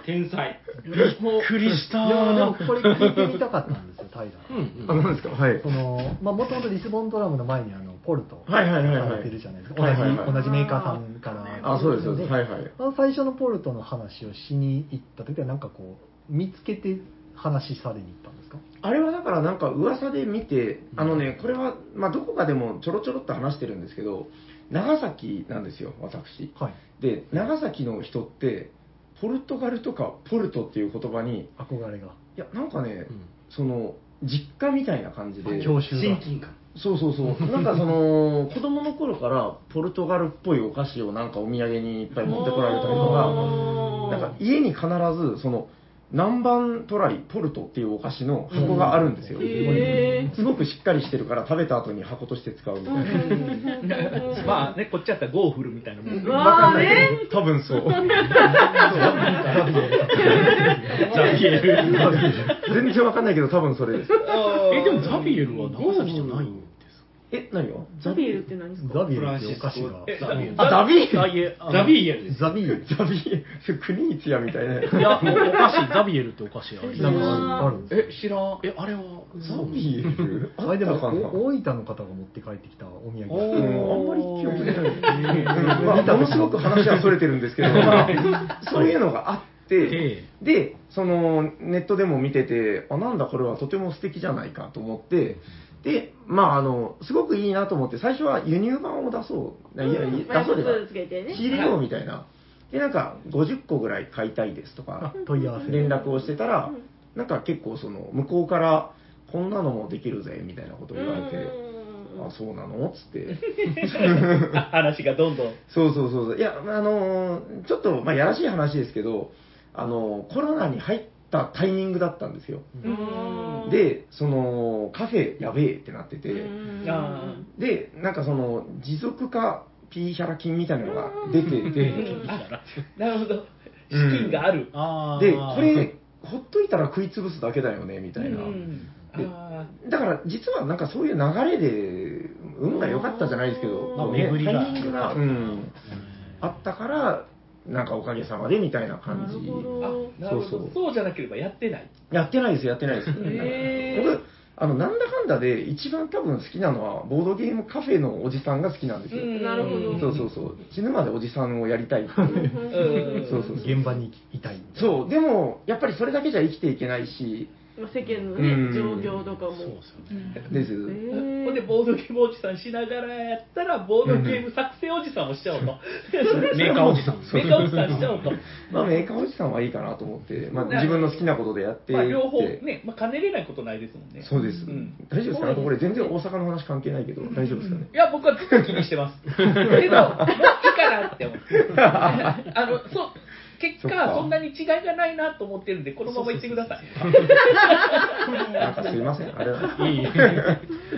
S6: 天才
S1: びっくりし
S4: い
S1: た。
S4: やーでも これ聞いてみたかったんですよ、タイラ
S1: う
S4: ー。
S1: ん
S2: あ、
S1: うん。
S2: なんですかはい。
S4: そのまあもともとリスボンドラムの前にあのポルトを
S2: はいはいはいはい
S4: されてるじゃないですか、同じ
S2: はいはいはい
S4: 同じメーカーさんから
S2: あ、そうです、そうです。はいはい。
S4: あの最初のポルトの話をしに行った時はなんかこう見つけて話されに行ったんですか
S2: あれはだからなんか噂で見て、あのね、これは、まあどこかでもちょろちょろっと話してるんですけど、長崎なんですよ、私。
S4: はい
S2: で、長崎の人って、ポルトガルとかポルトっていう言葉に、
S4: 憧れが
S2: いや、なんかね
S1: う、ん
S2: その、実家みたいな感じで、
S4: 教習が
S6: 親近感
S2: そうそうそう。なんかその、子供の頃からポルトガルっぽいお菓子をなんかお土産にいっぱい持ってこられたりとか、なんか家に必ず、その、南蛮トライポルトっていうお菓子の箱があるんですよ。
S5: へ
S2: すごくしっかりしてるから食べた後に箱として使うみたいな。
S5: ー。
S3: まあねこっちやったらゴーフルみたいなもん
S5: うわあね。
S2: 多分そう。
S1: ザビエル。
S2: 全然わかんないけど多分それです。
S1: え、でもザビエルは長崎じゃないんです
S2: え、何よ
S5: ザビエルって何ですか
S4: ザビエ
S6: フ
S4: ル
S6: ラ
S4: っ
S6: ン
S4: て
S6: シ
S4: いうお
S6: スコ
S4: 菓子が
S6: えザビエル
S2: あ、ダビエル
S1: あ、いえ、あの
S6: ザビエルです
S4: ザビエル
S2: ダビエル。国一やみたいな。
S1: いや、おお菓子、ザビエルってお菓子あり
S5: 知
S1: ま
S5: ら
S4: なん
S1: す
S5: ん
S4: かあるんですよ
S6: え知らん
S1: え、あれは、
S2: ザビエルあ
S4: あ
S2: っ
S4: で
S2: た
S4: も
S2: かな
S4: お大分の方が持って帰ってきたお土
S1: お
S4: 産
S2: うんあんまり記憶な い。うんまあものすごく話はそれてるんですけど、まあそういうのがあっって、で、その、ネットでも見てて、あ、なんだこれはとても素敵じゃないかと思って、で、まあ、あの、すごくいいなと思って、最初は輸入版を出そう。いや、いや出そうでは
S5: つけてね。
S2: 仕入れようみたいな。で、なんか、50個ぐらい買いたいですとか
S4: あ、問い合わせ
S2: 連絡をしてたら、なんか結構その、向こうから、こんなのもできるぜ、みたいなこと言われて、あ、そうなのつって。
S3: あ話がどんどん。
S2: そうそうそうそう。いや、あのーちょっと、まあ、やらしい話ですけど、あのーコロナに入ったタイミングだったんですよ。で、その、カフェやべえってなってて、で、なんかその、持続化ピーヒャラ菌みたいなのが出てて、
S3: なるほど。資金がある。
S1: あー
S2: で、これ、ほっといたら食い潰すだけだよね、みたいな。で
S3: あ
S2: だから実はなんかそういう流れで運が良かったじゃないですけど、
S1: まあ
S2: こう
S1: 巡りが
S2: タイミングが、うん、あったから、なんかおかげさまでみたいな感じ。
S3: ーあなるほど
S2: そ
S3: そう
S2: そう
S3: じゃなければやってない。
S2: やってないです、やってないです。僕、あの、なんだかんだで一番多分好きなのは、ボードゲームカフェのおじさんが好きなんですよ。
S5: なるほど
S2: そうそうそう。死ぬまでおじさんをやりたいっていう。
S3: うん
S2: そうそうそう。
S4: 現場にいたい。
S2: そう、でも、やっぱりそれだけじゃ生きていけないし、
S5: 世間のね、状況とかも。
S1: そうですよね。
S2: です。
S3: ほんで、ボードゲームおじさんしながらやったら、ボードゲーム作成おじさんもしちゃおうと。
S1: メーカーおじさん。
S3: メカおじさんしちゃおうと。
S2: まあ、メーカーおじさんはいいかなと思って、まあ、自分の好きなことでやってい
S3: まあ、
S2: って。
S3: 両方ね、まあ、兼ねれないことないですもんね。
S2: そうです、
S3: ん
S2: 大丈夫ですかなんかこれ全然大阪の話関係ないけど、大丈夫ですかね
S3: いや、僕はずっと気にしてます。 けど、もういいかなって思って。あの、そう、結
S2: そっか
S3: 果、そんなに違いがないなと思ってるんで、このまま行ってください。
S2: なんかすいません、あれなんです
S1: いい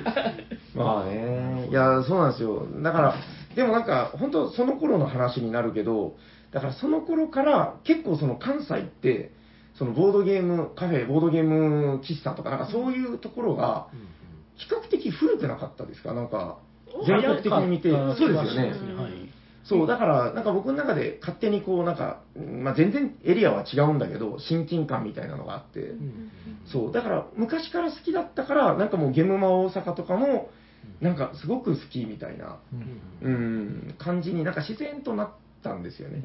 S2: まあね、いや、そうなんですよ。だから、でもなんか、本当その頃の話になるけど、だからその頃から結構その関西って、そのボードゲームカフェ、ボードゲーム喫茶とか、なんかそういうところが比較的古くなかったですかなんか、全国的に見て、
S1: 早かった
S2: そうですよね。
S1: はい。
S2: そう、だから、なんか僕の中で勝手にこう、なんか、うんまあ、全然エリアは違うんだけど、親近感みたいなのがあって、そう、だから昔から好きだったから、なんかもうゲムマ大阪とかも、なんかすごく好きみたいな、うん、感じになんか自然となったんですよね。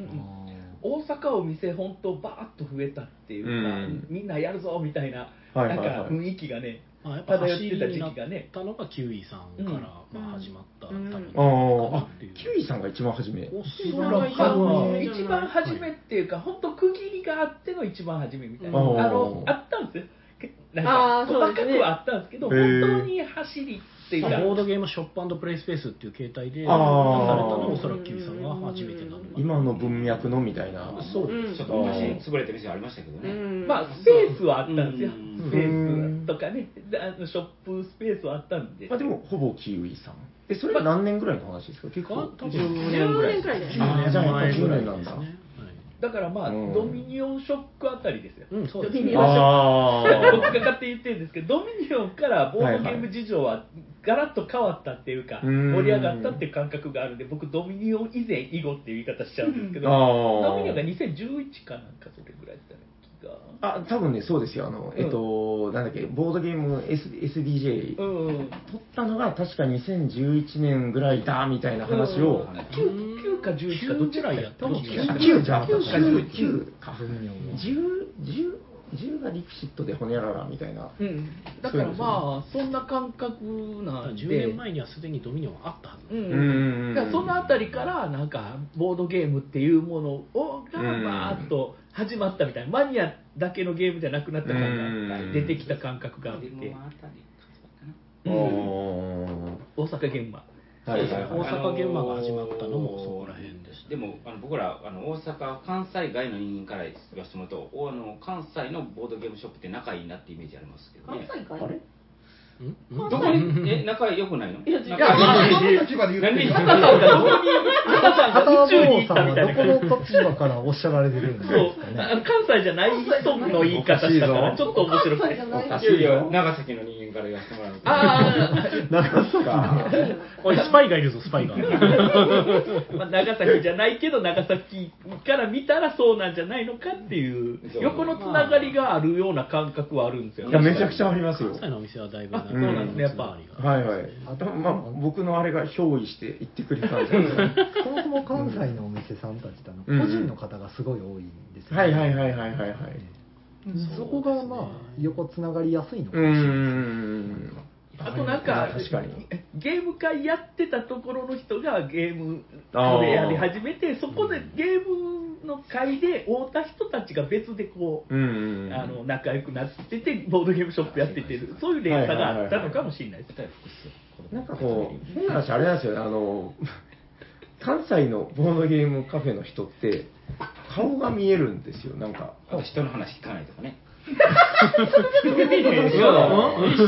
S3: 大阪お店、ほんと、バーッと増えたっていうか、
S2: うん
S3: みんなやるぞみたいな、
S2: はいは
S3: なん
S2: いはい
S3: か雰囲気がね、
S1: まあ、やっぱ走りになっ
S3: 漂ってた時期がね
S1: たのがキウイさんから、
S3: うん
S1: まあ、始まった旅だっ
S2: あー
S1: た
S2: あ、キウイさんが一番初め。
S1: お
S5: キウイさん
S1: ら
S5: が
S1: く
S5: 一番
S1: は
S5: 初め
S3: 一番初めっていうか、本当区切りがあっての一番初めみたいな、
S2: あ
S3: あ
S2: ー
S3: のあったんですよ、けなん
S5: あ
S3: か
S5: ーそう
S3: 細
S5: です
S3: か
S5: ね
S3: くはあったんですけど、
S2: へー
S3: 本当に走りっていうか、
S1: ボードゲームショッププレイスペースっていう形態で出された
S2: あー
S1: のがおそらくキウイさんが初めてなのかな
S2: 今の文脈のみたいな。
S1: そう
S5: う
S1: で
S5: ん
S6: ちょっと昔潰れた店ありましたけどね。
S3: まあ、スペースはあったんですよ、
S6: うん
S3: スペースとかね、であのショップスペースはあったんで、
S2: まあでも、ほぼキウイさん。え、それが何年ぐらいの話ですか結構。
S1: 多分
S5: 10
S2: 10
S5: 年
S2: 年
S5: ぐ
S2: ぐ
S5: ら
S2: ら
S5: い
S2: い。
S5: です
S1: す
S5: ね
S2: あーじゃあやっぱ10年なんだ。
S1: はい
S3: だからまあ、
S2: うん
S3: ドミニオンショックあたりですよ。
S1: うん、そうです
S5: ドミニオン
S2: あ
S3: 僕が
S2: ー
S3: 勝手に言ってるんですけど、ドミニオンからボードゲーム事情はガラッと変わったっていうか、
S2: うん
S3: 盛り上がったっていう感覚があるんで、僕、ドミニオン以前以後っていう言い方しちゃうんですけど、
S2: あー
S3: ドミニオンが2011かなんかそれぐらいだったような気が。
S2: あ、多分ね、そうですよ。あの、えっと、なんだっけ、ボードゲーム S SDJ
S3: う
S2: 取
S3: ん、
S2: ったのが確か2011年ぐらいだ、みたいな話を、
S3: 9か11かどっちらやったの
S1: どっちか
S2: 9じゃなかった 9,
S3: 9
S2: 9か。10、10、10がリクシットでほにゃららみたいな。
S3: うん、だからまあ、そんな感覚なんで、
S1: 10年前にはすでにドミニオンはあったはず
S3: う、
S2: うんん
S3: だからそのあたりからなんかボードゲームっていうものをが
S2: うん
S3: バーッと始まったみたいなマニアだけのゲームじゃなくなった感
S2: うん
S3: が出てきた感覚があって
S6: でもまああたり
S2: お
S3: うん
S2: ー
S3: 大阪ゲームは
S2: はいはい
S1: 大
S2: は
S1: 阪現場が始まったのもそこら辺でした
S6: でもあの僕らあの大阪関西外の人間から言わせてもらうとおあの関西のボードゲームショップって仲いいなってイメージありますけどね
S5: かい
S1: ん
S6: ど こにえ仲良くないの
S5: いや違う
S6: 仲いい
S7: その立場で言っ
S6: 何
S7: て
S6: で
S7: る
S6: 佐藤さんがどこに佐藤さんが
S4: 片
S3: 宇宙に行
S4: 坊
S3: っ
S4: さ
S3: た
S4: ん
S3: みたいな
S4: はどこの立場からおっしゃられてるんで
S3: そ
S4: す
S3: う
S4: かね。
S3: あ関西じゃない人の言い方したからちょっと面白く
S5: 関西
S3: て
S5: じゃない
S2: い。
S6: いやいや長崎の人ムから言わせてもらうと。
S3: ああ、
S2: 長崎か。
S1: おい、スパイがいるぞ、スパイが。
S3: まあ、長崎じゃないけど、長崎から見たらそうなんじゃないのかっていう
S6: そ、う
S3: 横のつながりがあるような感覚はあるんですよ
S2: い
S3: ね。
S2: や、めちゃくちゃありますよ。
S1: 関西のお店はだいぶ
S3: あそうなんですねやっぱ
S1: ありが
S2: はいはい。あと、まあ、僕のあれが憑依して言ってくれたんです けど
S4: そもそも関西のお店さんたちってあの、
S2: うん
S4: 個人の方がすごい多いんですよ、
S2: はいはいはいはいはいはい。
S4: そこがまあ横つながりやすいの
S2: うーん。
S3: あとなんか
S2: 確かに。
S3: ゲーム会やってたところの人がゲームでやり始めて、そこでゲームの会で会うた人たちが別でこう、
S2: うん。
S3: あの仲良くなってて、ボードゲームショップやってて、そういう連鎖があったのかもしれないです。
S2: なんかこう、変な話、あれなんですよね、あの、関西のボードゲームカフェの人って、顔が見えるんですよ、なんか。
S6: あと人の話聞かないとかね。
S2: うん
S6: 一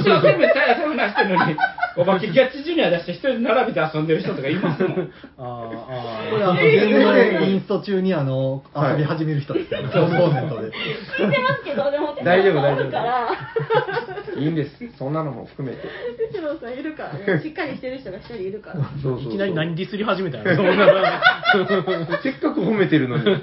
S6: 生懸命チャラチャラ話してるのに、お化け キャッチジュニア出して一人で並べて遊んでる人とかいますもん。
S1: ああ
S4: これあの全然インスト中にあの
S2: はい
S4: 遊び始める人ですよね、コンポーネントで。
S5: 聞いてますけど、でも、
S2: 大丈夫
S5: 哲郎さんい るから、
S2: いいんです、そんなのも含めて。
S5: 哲郎さんいるからね、しっかりしてる人が一人いるから。
S2: そうそう
S1: い
S2: そう
S1: きなり何ディスり始めたの
S2: せっかく褒めてるのに。 い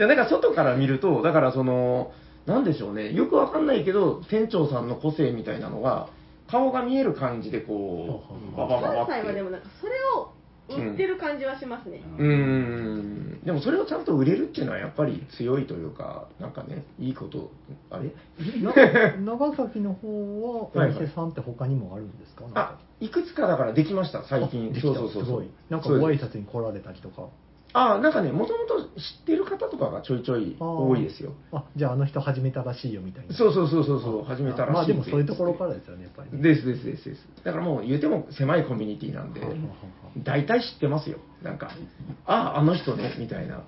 S2: や、なんか外から見ると、だからその、なんでしょうね、よくわかんないけど、店長さんの個性みたいなのが、顔が見える感じでこう、ババババ
S5: 関
S2: って。
S5: 西はでもなんかそれを売ってる感じはしますね、
S2: うーんでもそれをちゃんと売れるっていうのはやっぱり強いというか、なんかね、いいこと、あれ
S4: な長崎の方はお
S2: はいはい
S4: 店さんって他にもあるんですかなん
S2: あ
S4: か
S2: いくつかだからできました、最近
S4: あ。でき
S2: そ
S4: た
S2: うそうそう
S4: す
S2: そ
S4: ご
S2: う
S4: い。なんか
S2: そう
S4: ご
S2: で
S4: 挨
S2: す
S4: 拶に来られたりとか。
S2: あなんかね、もともと知ってる方とかがちょいちょい
S4: あー
S2: 多いですよ。
S4: あ、じゃああの人始めたらしいよみたいな。
S2: そうそうそうそうそう、始めたらしい。
S4: まあでもそういうところからですよね、やっぱりね。
S2: ですですですです。だからもう言うても狭いコミュニティなんで
S4: はあは、
S2: 大体知ってますよ。なんか、ああ、あの人ね、みたいな。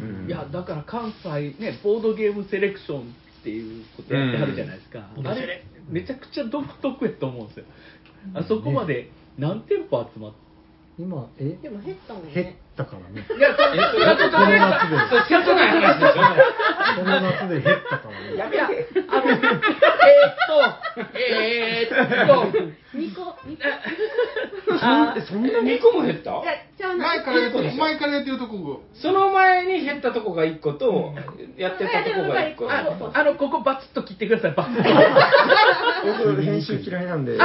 S2: うん
S3: いや、だから関西ね、ボードゲームセレクションっていうことやってはるじゃないですか、
S1: うん
S3: あれ、めちゃくちゃ独特やと思うんですよ、あそこまで何店舗集まっ
S4: 今、え
S5: でも減ったもん
S4: 減っ
S5: ね
S4: たからね。
S6: いや、そう、仕方ない話。仕方ない話でしょ。
S4: この夏で減ったからね。
S3: いや、あの、えーっと、えーっと、
S5: 2個2個
S3: あ
S2: え、そんなに
S6: 2個も減った
S5: いやちゃうな
S7: 前からやって
S6: そうでし
S7: る
S6: ょ
S7: 前からやってるとこ
S6: その前に減ったとこが1個と、やってたとこが1個。
S5: あ
S3: ああの、ここバツッと切ってください、バツッと。
S2: 僕、編集嫌いなんで。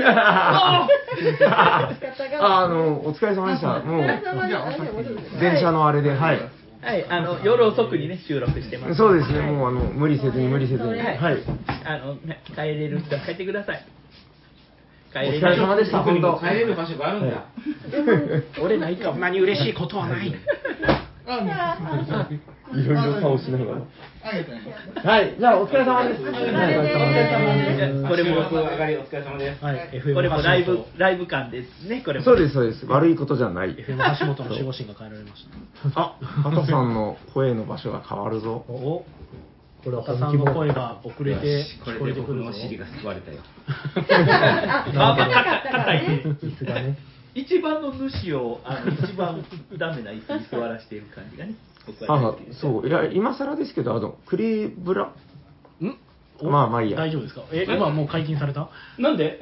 S3: あ
S5: 仕方が
S2: ああの、お疲れ様でした。もう、
S5: 様ですあでも
S2: 電車のあれで、はい。
S3: はい、あの、夜遅くにね、収録してます。
S2: そうですね、もう、あの、無理せずに無理せずに。
S5: はい
S2: はい。
S3: あの、ね帰れる人は帰ってください。帰
S2: お疲れ様でした、本当。
S6: 帰れる場所があるんだ。
S1: 俺ないか、何嬉しいことはない。
S7: が。あ、
S2: いろいろ顔しながら。
S7: あげたね。
S2: はい、じゃあ、お疲れ様です。お疲
S5: れ様です
S3: これも
S6: 収録上がりお疲れ様です。
S1: はい、FM
S3: これもライブ
S1: 橋、
S3: ライブ感ですね、これも。
S2: そうです、そうです。悪いことじゃない。
S1: 本 FM 橋本の守護神が変えられました。
S2: あ、畑さんの声の場所が変わるぞ。
S1: お、
S4: これは
S1: 田
S4: 本
S1: さ
S4: 気
S1: ん
S4: も
S1: の声が遅れて
S6: こ
S1: 聞
S6: れ
S1: こえ
S6: で
S1: てく
S6: 僕
S1: る
S6: の
S1: ぞ
S6: お。尻が救われたよ。
S3: まあまあ、硬い硬いね。
S4: 椅子がね。
S3: 一番の主を、あの、一番ダメな椅子に座らしている感じがね、僕は大
S2: あ
S3: 好きで、す
S2: そう。いや、今更ですけど、あの、クレブラ、
S1: んお
S2: まあまあいいや
S1: 大丈夫ですかえ、今もう解禁された
S6: なんで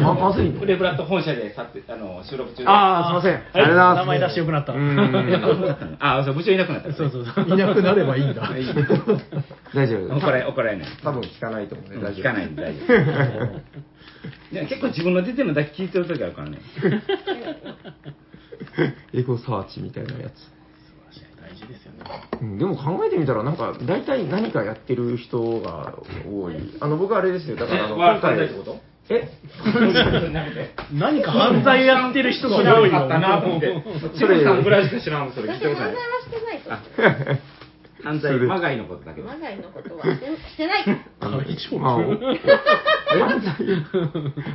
S2: ままずいの
S6: プレブラッド本社でさってあの収録中で
S2: ああ、すいません。あれだ。
S1: 名前出してよくなった。
S2: うん。
S6: あそう部長いなくなっ た、
S1: そうそうそう。
S4: いなくなればいいんだ。
S2: 大丈夫。
S6: 怒られ怒られない
S2: 多分聞かないと思うね、大丈夫。
S6: 聞かないんで大丈夫 でも結構自分の出てるのだけ聞いてる時あるからね
S2: エゴサーチみたいなやつ、
S1: 大事ですよね。
S2: うん、でも考えてみたらなんか大体何かやってる人が多いあの僕あれですよだからあの
S6: えわ
S2: 今回
S6: 犯罪ってこと
S2: え
S1: 何か犯罪やってる人が多いよ。
S2: それ
S6: さんぐらいしか知らんそれ聞い
S5: 私
S6: た
S5: 犯
S6: ことない
S5: 罪はしてないと思
S6: 犯罪まがいのことだけ
S5: う
S6: ど
S5: マガイのことはしてしてない
S2: あのまあえ犯罪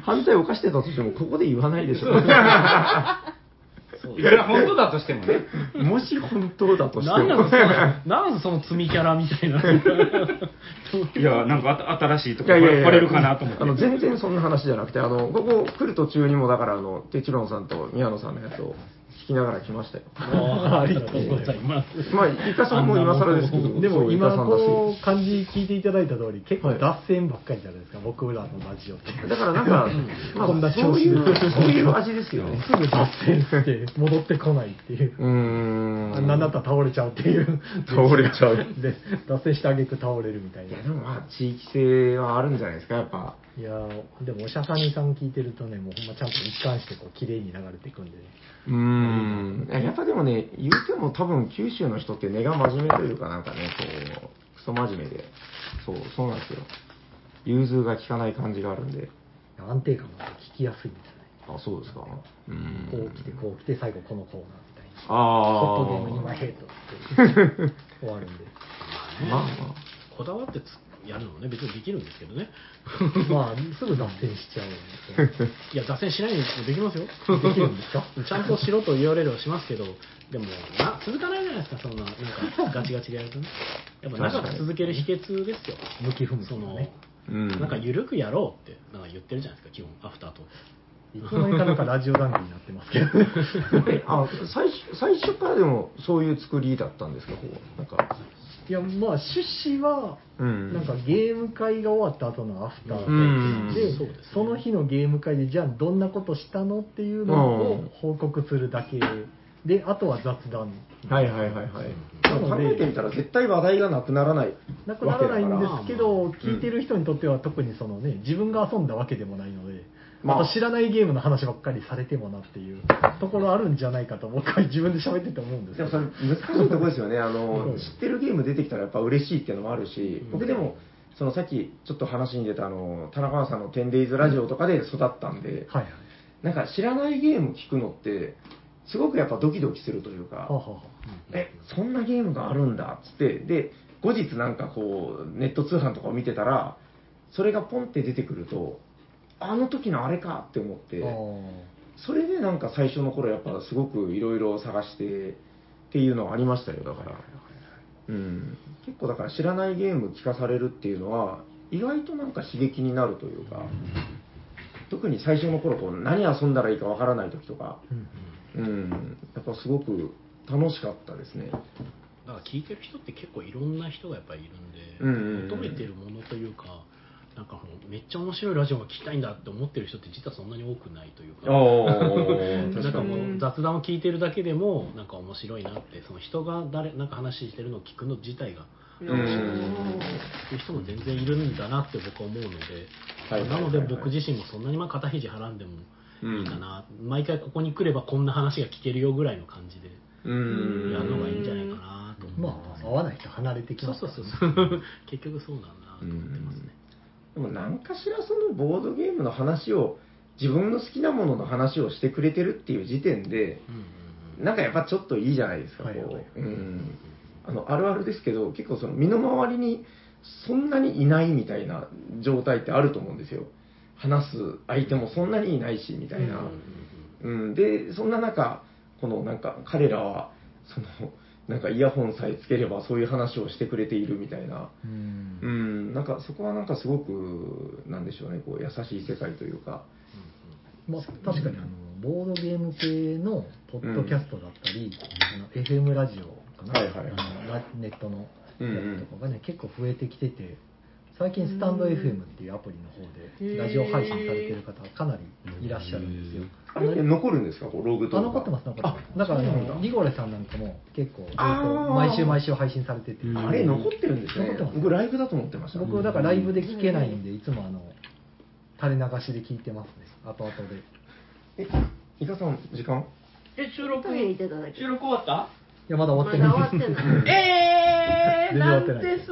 S2: 犯罪を犯してたとしてもここで言わないでしょ
S6: いくら本当だとして もね
S2: もし本当だとして
S1: 何なの
S2: も
S1: その、なんその積みキャラみたいな。
S6: いやなんかあた新しいと
S2: い
S6: ここ
S2: やいやい
S6: れ
S2: や
S6: これるかなと
S2: あ
S6: 思
S2: の
S6: って
S2: 全然そんな話じゃなくてあのここ来る途中にもだからあのテチロンさんと宮野さんのやつを聞きながら来ましたよ。
S1: ありがとうございます。
S2: まあ、イカさんも今更ですけど、
S4: で
S2: そ
S4: も
S2: うイカ
S4: 今
S2: さん
S4: こ
S2: だし
S4: の感じ聞いていただいた通り結構脱線ばっかりじゃないですか、僕らのラジオって
S2: だからなんか、 ま
S4: こんな
S2: あ、
S4: 調
S2: そう
S4: 子
S2: い
S4: で
S2: う、そういう味ですよね。
S4: すぐ脱線して戻ってこないっていう
S2: うーん。
S4: なんだったら倒れちゃうっていう
S2: 倒れちゃう
S4: で脱線してあげく倒れるみたい
S2: い
S4: な
S2: や、でもまあ、地域性はあるんじゃないですか、やっぱ。
S4: いやーでもおしゃさにさん聞いてるとねもうほんまちゃんと一貫してこう綺麗に流れていくんでね
S2: うーん。いややっぱでもね、言うても多分九州の人って根が真面目というかなんかね、こう、クソ真面目で。そう、そうなんですよ。融通が効かない感じがあるんで。
S4: 安定感が聞きやすいんですよね
S2: あ、そうですか。うー
S4: こ
S2: ん
S4: う。来てこう来て最後このコーナーみたいな
S2: ああ。
S4: ホットゲーム今ヘイトって終わるんで
S2: まあまあ。
S1: こだわってつやるのもね、別にできるんですけどね。
S4: まあすぐ脱線しちゃうんですよ
S1: いや、脱線しないにもできますよ。
S4: できるんですか
S1: ちゃんとしろと言われればしますけど、でもな、続かないじゃないですか、そんな、なんか、ガチガチでやるとね。やっぱ長く続ける秘訣ですよ。
S4: 向き不向き
S1: そ
S4: の
S1: の、
S4: ね
S2: うん。
S1: なんか、緩くやろうって、なんか言ってるじゃないですか、基本、アフタートーク
S4: いつの間にかなんかラジオ談義になってますけど
S2: あ最初最初からでもそういう作りだったんですかこうなんか
S4: いやまあ趣旨は
S2: うん
S4: なんかゲーム会が終わった後のアフター
S2: うん
S4: で、で
S1: そうですね
S4: その日のゲーム会でじゃあどんなことしたのっていうの
S2: うん
S4: を報告するだけであとは雑談
S2: はいはいはいはい
S4: なので
S2: 考えてみたら絶対話題がなくならない
S4: なくならないんですけど、
S2: けだから
S4: 聞いてる人にとっては特にそのね自分が遊んだわけでもないので、
S2: まあ
S4: あと知らないゲームの話ばっかりされてもなっていうところあるんじゃないかと僕は自分で喋ってて思うんです
S2: で
S4: け
S2: もそ
S4: ど
S2: れ難しいところですよねあ
S4: そう
S2: の知ってるゲーム出てきたらやっぱ嬉しいっていうのもあるし僕でもそのさっきちょっと話に出たあの田中さんの「10days ラジオ」とかで育ったんで
S4: はいはい
S2: なんか知らないゲーム聞くのってすごくやっぱドキドキするというか
S4: はあはあは
S2: えそんなゲームがあるんだっつってで後日なんかこうネット通販とかを見てたらそれがポンって出てくるとあの時のあれかって思っ
S4: あ
S2: て
S4: あ
S2: それでなんか最初の頃やっぱすごくいろいろ探してっていうのはありましたよだから、うん、結構だから知らないゲーム聞かされるっていうのは意外となんか刺激になるというか特に最初の頃こう何遊んだらいいかわからない時とか、
S4: うん
S2: うん、やっぱすごく楽しかったですね
S1: だから聞いてる人って結構いろんな人がやっぱりいるんで、
S2: うんうんうん
S1: 求めてるものというか、なんかもうめっちゃ面白いラジオが聞きたいんだって思ってる人って実はそんなに多くないというか、
S2: お
S1: なんか
S5: に
S1: もう雑談を聞いてるだけでもなんか面白いなって、その人が誰なんか話してるのを聞くの自体が
S2: う
S1: 面白い
S2: ん
S1: っていう人も全然いるんだなって僕は思うので、
S2: はいはいはいは
S1: な
S2: い
S1: ので僕自身もそんなにまあ肩肘はらんでもいいかな、毎回ここに来ればこんな話が聞けるよぐらいの感じで
S2: うん
S1: やるのがいいんじゃないかなと思って
S4: まあ合わない人離れてき
S1: そ
S4: ま
S1: う
S4: す
S1: そうそうそう。結局そうなんだなと思ってますね。
S2: でも何かしらそのボードゲームの話を自分の好きなものの話をしてくれてるっていう時点で
S1: うんうんうん。
S2: なんかやっぱちょっといいじゃないですか、
S4: はいはいは
S2: こ、
S4: いう
S2: うん、あのあるあるですけど結構その身の回りにそんなにいないみたいな状態ってあると思うんですよ話す相手もそんなにいないしみたいな、うん、でそんな中このなんか彼らはそのなんかイヤホンさえつければそういう話をしてくれているみたいな
S4: うん
S2: うん、なんかそこはなんかすごく、なんでしょうね、こう優しい世界というか。
S4: まあ、確かにあのボードゲーム系のポッドキャストだったり、あの FM ラジオかな、
S2: はいはいはい
S4: あのラネットのやつとかがね、結構増えてきてて最近スタンド
S5: うん
S4: FM っていうアプリの方
S5: へ
S4: で
S5: ー
S4: ラジオ配信されてる方かなりいらっしゃるんですよ。
S2: あれって残るんですか、こうログと
S4: あ
S2: か。
S4: 残ってます残ってますだからあ
S2: そうなんだ
S4: のリゴレさんなんかも結構ずっと
S2: あー
S4: 毎週毎週配信されてて
S2: あれ残ってるんですね
S4: 残ってま。す
S2: 僕ライブだと思ってました。
S4: 僕はだからライブで聞けないんでいつもあの垂れ流しで聞いてますね後々で
S2: え、イカさん、時間
S3: え、収録、
S5: トイレ行ってただけ
S3: 収録終わった
S4: いやまだ終わ
S5: ま
S4: って
S5: だ終
S4: ない
S5: わってない
S3: え
S4: 全然終わってない
S3: って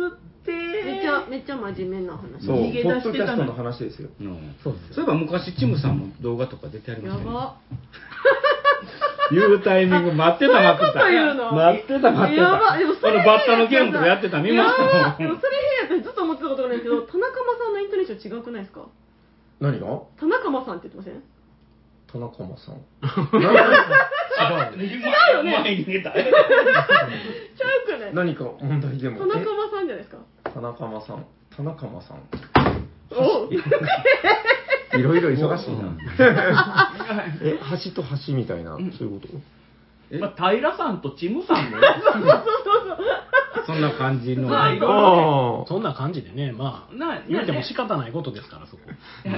S5: めっちゃめっちゃ真面目な話
S2: そう、ポ
S3: 逃げ出してたの
S2: ッドキャストの話ですよ。
S6: うん
S4: そうですよ
S6: そういえば昔、チムさんも動画とか出てありま
S5: や
S6: したね。
S5: ば
S6: 言うタイミング待ってた待ってた。
S5: そういうこと言うの
S6: 待ってた待ってた。
S5: やばでもそれ
S6: あのバッタのゲームとかやってた見ました
S5: いやーで
S6: も
S5: も
S6: ん
S5: そ。れ変やったずっと思ってたことがないんですけど田中間さんのイントネーション違くないですか
S2: 何が
S5: 田中間さんって言ってません
S2: 田中間 さん。
S4: 違う
S6: 違うよね。前に逃げた。
S5: ちゃうくない
S2: 何か問題でも。
S5: 田中間さんじゃないですか
S2: え田中間さん。田中間さん。
S5: お う
S2: いろいろ忙しいな。え、橋と橋みたいな、そういうこと
S3: まあ、平さんとチムさ んも、
S1: そんな感じの、
S3: まあいろい
S2: あ
S1: そんな感じでね、まあ、
S3: な
S1: 言うても仕方ないことですから、そこ。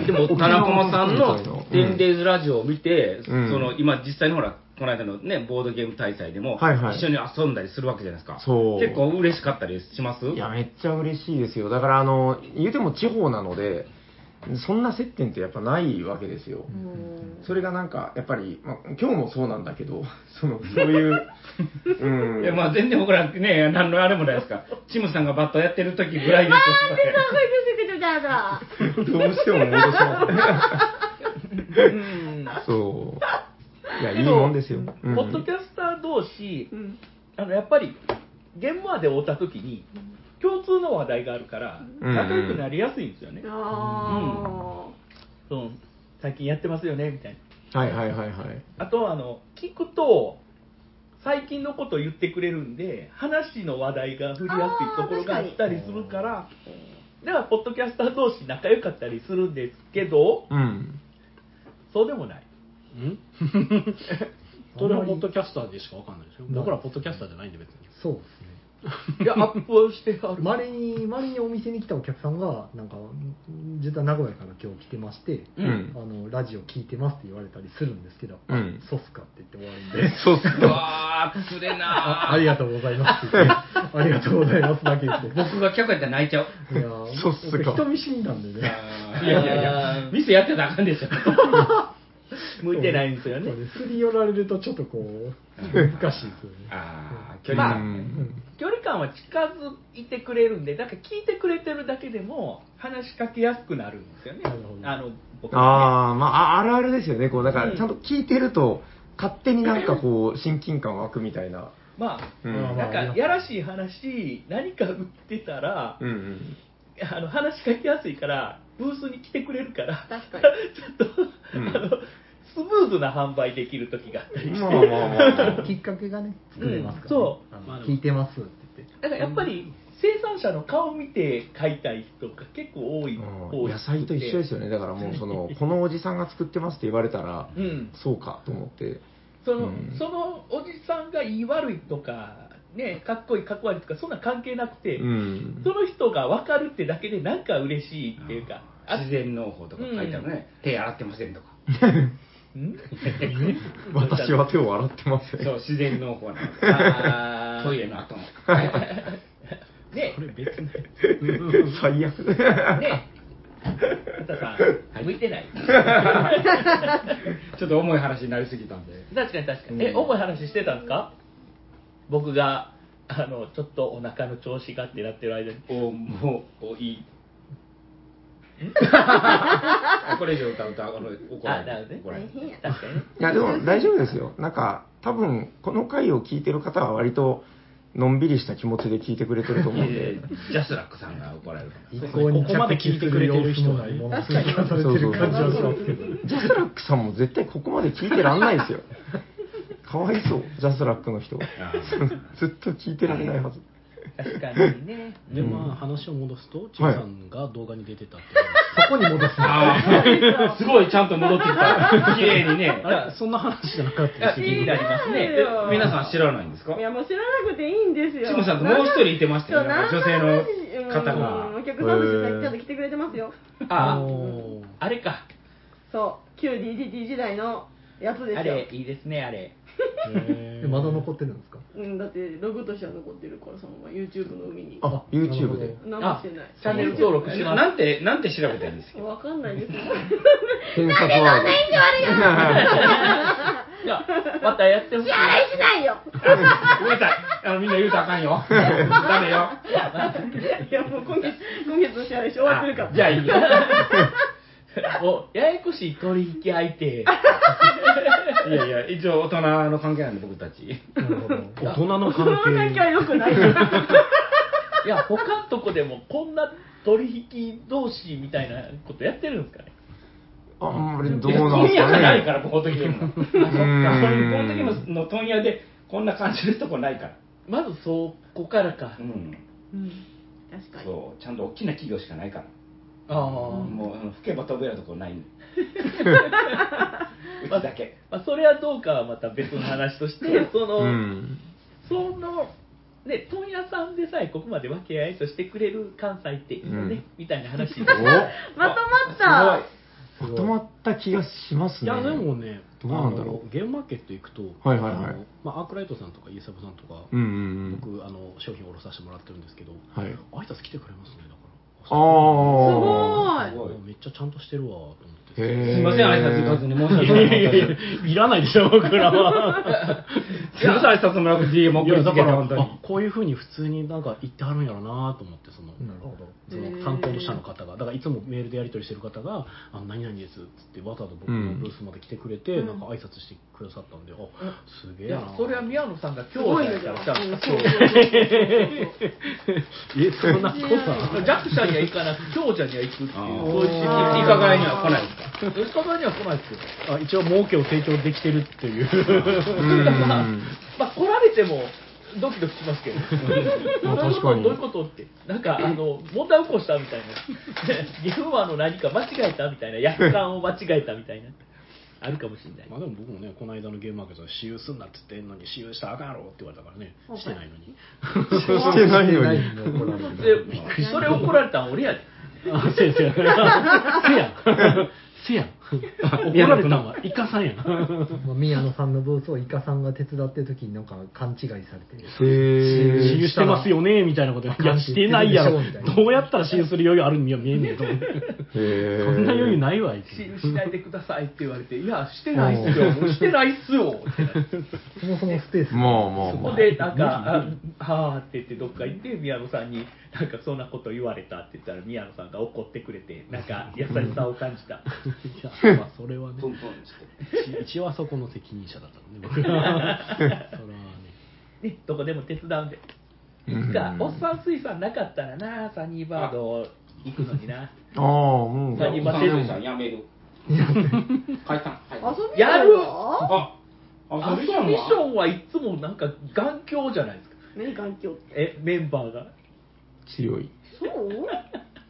S6: でも、タラコマさんの
S2: うん
S6: 10 days ラジオを見て、
S2: うん
S6: その今、実際のほら、この間のね、ボードゲーム大祭でも、
S2: はいはい
S6: 一緒に遊んだりするわけじゃないですか。
S2: そう
S6: 結構嬉しかったりします
S2: いや、めっちゃ嬉しいですよ。だから、あの、言うても地方なので、そんな接点ってやっぱないわけですよ。それがなんか、やっぱり、まあ、今日もそうなんだけど、 その、そういう、うん。
S6: いや、まあ全然僕らね、何のあれもないですか。チムさんがバットやってる時ぐらいですよ。
S2: どうしても戻します。そう。いや、いいもんですよ。うん
S3: ポッドキャスター同士、
S5: うん
S3: あのやっぱり、現場で会った時に、共通の話題があるから、
S2: うん
S3: 仲良くなりやすいんですよね。
S5: あ
S3: そう最近やってますよね、みたいな。
S2: はいはいはいはい。
S3: あとあの聞くと最近のこと言ってくれるんで話の話題が振りやすいところがあったりするからだからポッドキャスター同士仲良かったりするんですけど
S2: うん。
S3: そうでもない
S1: ん それはポッドキャスターでしかわかんないでしょ。僕らポッドキャスターじゃないんで別に。
S4: そうですね
S3: いやアップをしてある
S4: まれにまれにお店に来たお客さんがなんかん実は名古屋から今日来てまして、
S2: う
S4: あ
S2: ん。
S4: のラジオ聞いてますって言われたりするんですけど、
S2: うん
S4: そうっすかって言って終わるんで
S2: そうっす
S6: う
S2: か。
S6: わー、つれ
S4: あ
S6: な
S4: ありがとうございますって言ってありがとうございますだけ言って
S6: ー。僕が客やったら泣いちゃう。
S4: いやー
S2: そうっすか
S4: 僕人見知りなんでね
S6: いやいやいや、ミスやってたらあかんですよ。
S3: 向いてないんですよ
S4: そう
S3: ね
S4: ねすり寄られるとちょっとこう難しいですよね
S6: あー、距離
S2: う
S6: 感。
S2: ん
S3: 距離感は近づいてくれるんでだから聞いてくれてるだけでも話しかけやすくなるんですよね
S4: なるほど
S3: あの僕は
S2: ああ、まあ、ああるあるですよね。こう、なんか、
S3: うん
S2: ちゃんと聞いてると、勝手になんか こう、親近感湧くみたいな。
S3: ねまあ
S2: うん。
S4: まあま
S3: な
S4: あ
S3: んかやらしい話何か売ってたら
S2: うんうん。
S3: あの話しかけやすいから、ブースに来てくれるから、
S5: 確かに
S3: ちょっと、
S2: うん
S3: あのスムーズな販売できる時があったりして、
S2: まあまあまあまあ。
S4: きっかけがね作れますから、ね
S3: うんそう
S4: あの
S1: まあでも
S4: 聞いてますって言って
S3: だからやっぱり生産者の顔を見て買いたい人が結構多い
S2: うん
S3: 方。
S2: 野菜と一緒ですすよね。だからもう、そ の、このおじさんが作ってますって言われたら、
S3: うん、
S2: そうかと思って。
S3: その、
S2: うん
S3: そのおじさんが言い悪いとか、ね、かっこいい、かっこ悪いとか、そんなん関係なくて、
S2: うん
S3: そ。の人が分かるってだけで、なんか嬉しいっていうか、あ
S6: 自然農法とか書いてあるね。手洗ってませんとか。
S3: ん
S2: 私は手を洗ってません。
S6: そう、自然農法なの。
S3: あー
S6: トイレの後も。
S3: ね
S1: これ別に。
S2: 最悪。
S3: ねえ、畑さん、向いてない。
S6: ちょっと重い話になりすぎたんで。
S3: 確かに確かに。え、重い話してたんですか僕が、あの、ちょっとお腹の調子がってなってる間に。
S6: おもうおいこれ以上歌うとあの怒ら
S3: あ、
S6: れ
S3: なる
S6: る
S3: ほどね。
S6: 怒られる
S3: 確かにね。
S2: いや、でも大丈夫ですよ。なんか、多分、この回を聞いてる方は割と、のんびりした気持ちで聞いてくれてると思うん
S6: いや
S2: で
S6: い。やジャスラックさんが怒られるから
S4: 一向に
S1: ここまで聞いてくれてる人が
S4: 着地する様子のないもの
S5: 確かに
S4: 追加されてる感じはしますけど
S2: ジャスラックさんも絶対ここまで聞いてらんないですよ。 かわいそう、ジャスラックの人。
S6: あ
S2: ずっと聞いてられないはず。
S3: 確かにね。
S1: で、まあ話を戻すと、チムさんが動画に出てたっていう
S4: そこに戻す
S6: あーすごいちゃんと戻ってきた綺麗にね
S1: 話。あれそんな話じゃなかった
S6: 気になりますね
S5: 違うよ
S6: え皆さん知らないんですか
S5: いやもう知らなくていいんですよ。
S6: チムさんともう一人いてましたよね
S5: そう
S6: 女性の方が
S5: うんお客さんとしてちゃんと来てくれてますよ。
S6: あ
S1: おー
S3: あれか。
S5: そう、旧 DDT 時代のやつですよ。
S3: あれ、いいですね、あれ。
S1: へー
S4: まだ残ってるんですか
S5: うん、だってログとしては残ってるからそのまま YouTube の海に。
S2: あ、YouTube で。
S5: 何もしてない。
S3: チャンネル登録します。
S6: なんてなんて調べたらいいん ですか
S5: わかんないです。
S2: 検索ワー
S3: いやまたやってほしい。
S5: しないよ。
S6: ごめんなさいあのみんな言うとあかん よダメよ
S5: いやもう今月今月の試合終わってるから。
S6: じゃあいいよ
S3: お、ややこしい取引相手。
S6: いやいや一応大人の関係なんで僕たち
S4: なるほど
S1: 大人の
S5: この
S1: 関
S5: 関係は
S1: 係。
S5: 良くない。
S3: いや、他のとこでもこんな取引同士みたいなことやってるんですかね。
S2: ド。あんまりどうな
S6: 今
S2: んす
S6: 夜
S2: か
S6: がないか
S2: ね。
S6: ら、ボードゲームの。こ
S2: う
S6: の時
S2: ーん
S6: の問屋で、こんな感じのとこないから。
S3: まずそこからか。
S6: うん。
S5: うん確かに。
S6: そう、ちゃんと大きな企業しかないから。
S3: ああ。
S6: もう、あの吹けば飛べるとこない。うちだけ。
S3: まあ、あ、それはどうかはまた別の話として、その、
S2: うん。
S3: その、ね、問屋さんでさえここまで分け合いとしてくれる関西っていいよね、
S2: うん
S3: みたいな話。
S2: お
S5: まとまった
S2: まとまった気がします
S1: い
S2: ね。
S1: やでもね、
S2: どうなんだろう
S1: あのゲームマーケット行くと、
S2: はいはいはい
S1: あのまあ、アークライトさんとかイエサブさんとか、
S2: うんうんうん。
S1: 僕あの、商品を卸させてもらってるんですけど、
S2: はい。
S1: 挨拶来てくれますね、だから。
S5: す
S2: ああ。
S5: ご
S1: あ
S5: い
S1: めっちゃちゃんとしてるわと思って。
S2: へえ
S6: すいません、挨拶行かずに申し
S1: い
S6: 訳
S1: や
S6: ない
S1: やいや
S6: い。
S1: いらないでしょ、僕ら は。
S6: すいません、挨拶もなく DM
S1: い
S6: 送り
S1: や、
S6: つ
S1: だ
S6: けて、
S1: から、
S6: 本当に
S1: あ。こういうふうに普通になんか言ってはるんやろうなと思って、その、
S2: なるほど。
S1: その担当の社の方が、だからいつもメールでやり取りしてる方が、あの何々ですっつって、わざわざ僕のブースまで来てくれて、
S5: うん
S1: なんか挨拶してくださったんで、あすげ
S3: い
S1: えな
S3: や、それは宮野さんが兄
S5: すごい
S3: 弟
S5: で
S3: や
S5: す
S3: から
S5: よ
S3: さ、
S5: うん
S3: そ
S5: そううそう そうそう
S1: え、そんなこと
S5: い
S3: 弱者には行かなく、強者には行くっていう、
S6: あー
S3: そういう地域
S5: あー
S6: いかがいには来ないですか
S3: 吉川には来ないですけど、
S1: あ一応、儲けを提供できてるっていう。
S2: うん。
S3: まあ、来られてもドキドキしますけど、
S2: まあ
S3: どうい
S2: 確
S3: うこ
S2: か
S3: と
S2: に
S3: どういうことって、なんかあの問題起こしたみたいな、 ゲームはあの何か間違えたみたいな、約款を間違えたみたいな、あるかもしれない。
S1: まあでも僕もね、この間のゲームマーケットで私有すんなって言ってんのに、私有したらあかんやろって言われたからね、してないのに。
S2: してないのに。
S3: で、それ怒られたん俺やで。
S1: あ、せやせや。せやん。せやん。怒られたんは、イカさんやん。
S4: まあ宮野さんのブースをイカさんが手伝ってる時になんか勘違いされて
S2: へえ。
S1: 私有してますよね、みたいなこと。いや、してないやろ。どうやったら私有する余裕あるんや、見えんねんと思って。
S2: へ
S1: そ
S2: え。
S1: んな余裕ないわ、い
S3: ししないでくださいって言われて、いや、してないっすよ、してないっすよってなって。
S4: そもそもスペース
S2: まあまあ
S3: そ
S2: ま
S3: こ
S2: あ。
S3: で、なんか、あはーって言って、どっか行って、宮野さんに、なんか、そんなこと言われたって言ったら、宮野さんが怒ってくれて、なんか、優しさを感じた。
S1: や、まあ、それはね
S6: ト、ントンして。
S1: 一応あそこの責任者だったのね、僕は。それはね。
S3: ね、どこでも手伝うんで。
S2: う
S3: いつ
S2: ん
S3: か、おっさん水産なかったらな、サニーバード行くのにな。
S2: ああ、もう。
S3: 何
S6: 今、テレビさんやめる。解散。解散
S5: 遊び
S3: やる
S5: わ
S6: あ、
S3: ア
S6: あ、
S3: ソ
S6: そ
S3: ビ
S6: う
S3: シ
S6: なの
S3: ョンはいつもなんか、眼鏡じゃないですか。
S5: 何環境
S3: え、メンバーが。
S2: 強い。
S5: そう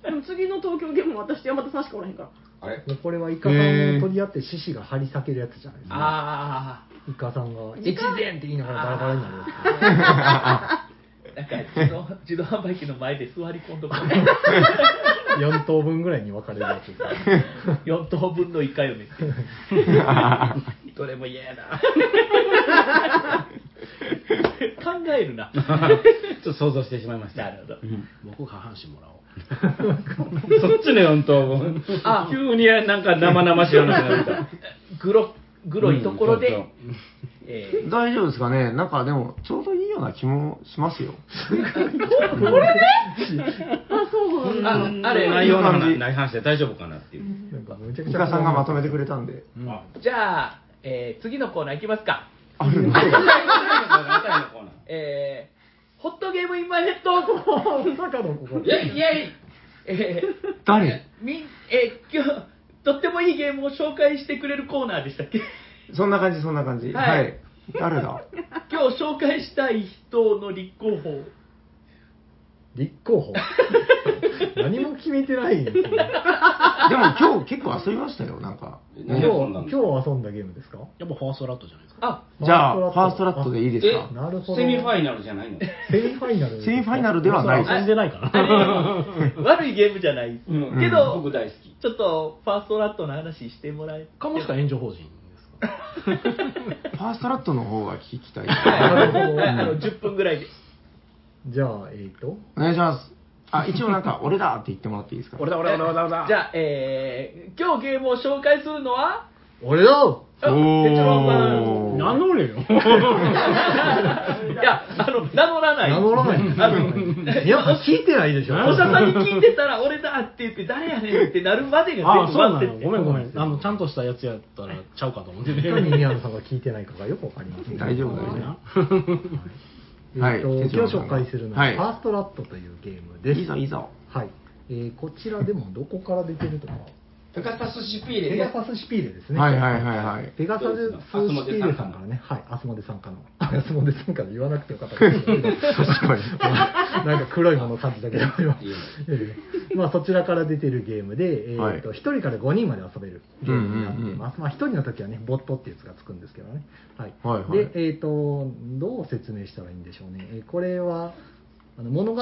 S5: でも次の東京ゲームも私と山田さんしかおらへんから
S6: あれ
S4: もうこれはイカさんを取り合って獅子が張り裂けるやつじゃないですか
S3: あ
S4: イカさんが越前 って言いながらバラバラになるやつ
S3: ー。なんか自動、自動販売機の前で座り込ん どく。
S4: 4等分ぐらいに分かれるやつ
S3: 4等分のイカ嫁って。 どれも嫌やな。考えるな。
S6: ちょっと想像してしまいました。
S3: なるほど。
S1: 僕、下半身もらおう。
S6: そっちの4等分。
S3: あ
S6: 急になんか生々しい話になった。
S3: グロ、グロいところで、
S6: うん
S3: え
S2: 大丈夫ですかねなんかでも、ちょうどいいような気もしますよ。
S5: あそう
S6: そう
S5: な
S6: そ
S5: ん
S6: うあ
S5: だ
S6: あれ、内容の話ない話で大丈夫かなっていう。
S4: なんかめちゃく
S2: イ
S4: ち
S2: カ
S4: ゃ
S2: さんがまとめてくれたんで。
S6: あ
S3: ーじゃあ、えー次のコーナーいきますか。
S2: あるの
S3: えーホットゲームインマイネットコーン
S4: まさかのここ
S3: イェイイェイえ
S2: 誰
S3: ーみん、えー今日、とってもいいゲームを紹介してくれるコーナーでしたっけ
S2: そんな感じ、そんな感じ。
S3: は
S2: はいい。誰 だ
S3: 今日紹介したい人の立候補。
S4: 立候補何も決めてないんですよ
S2: でも今日結構遊びましたよ、なんか。
S4: 今日今日遊んだゲームですか
S1: やっぱファーストラットじゃないですか。
S3: あ、
S2: じゃあ、ファーストラットでいいですか
S6: え
S4: なるほど
S6: セミファイナルじゃないの
S4: セミファイナル
S2: セミファイナルではない
S1: 遊んでないかな。
S3: 悪いゲームじゃない。
S6: うん
S3: けど、
S6: 僕大好き。
S3: ちょっとファーストラットの話してもらえ
S1: かもしくは援助法人ですか。
S2: ファーストラットの方が聞きたい。
S4: なるほど
S3: はいあの10分ぐらいで。
S4: じゃあえっ、と
S2: お願いします。あ、一応なんか、俺だって言ってもらっていいですか
S1: だ俺だ俺だ俺だ
S3: じゃあ、えー、今日ゲームを紹介するのは、
S4: 俺だ
S3: あ哲郎
S2: おー
S1: 名乗れよ。
S3: さん。いや、あの、名乗らない。
S4: 名乗らない
S3: あの、
S4: 皆さん聞いてないでしょ
S3: お医者さんに聞いてたら、俺だって言って、誰やねんってなるまで
S1: あ
S3: が
S1: あ、そ
S3: 全
S1: う
S3: 部
S1: な
S3: 待っ
S1: の。
S3: てて。
S1: ごめんごめん。あの、ちゃんとしたやつやったらちゃうかと思って
S4: い
S1: ね。
S4: か に宮野さんが聞いてないかがよくわかりますね
S2: 大丈夫だ
S1: ごめん
S2: よ
S1: な。
S2: はい
S4: えっと
S2: 哲
S4: 今
S2: 郎
S4: 日
S2: さん
S4: 紹
S2: が
S4: 介するのは、
S2: はい
S4: ファーストラットというゲームです
S2: いいぞ、いいぞ。
S4: はいえーこちらでもどこから出てるとか
S10: ペガサスシピーレ
S4: ペガ
S10: ね。
S4: サスシピーレですね。
S2: はいはいはい はい。
S4: ペガサスシピーレさんからね、はい、アスモデ参加の、アスモデ参加の言わなくてよかったですけど、
S2: 確かに。
S4: なんか黒いものを感じたけど、今
S6: いいね
S4: ええまあそちらから出てるゲームで、えーと
S2: は
S4: 1人から5人まで遊べるゲームになってい ます。まあ1人の時はね、ボットっていうやつがつくんですけどね。はい。
S2: はいはい
S4: で、えっ、と、どう説明したらいいんでしょうね。えーこれは、あの物語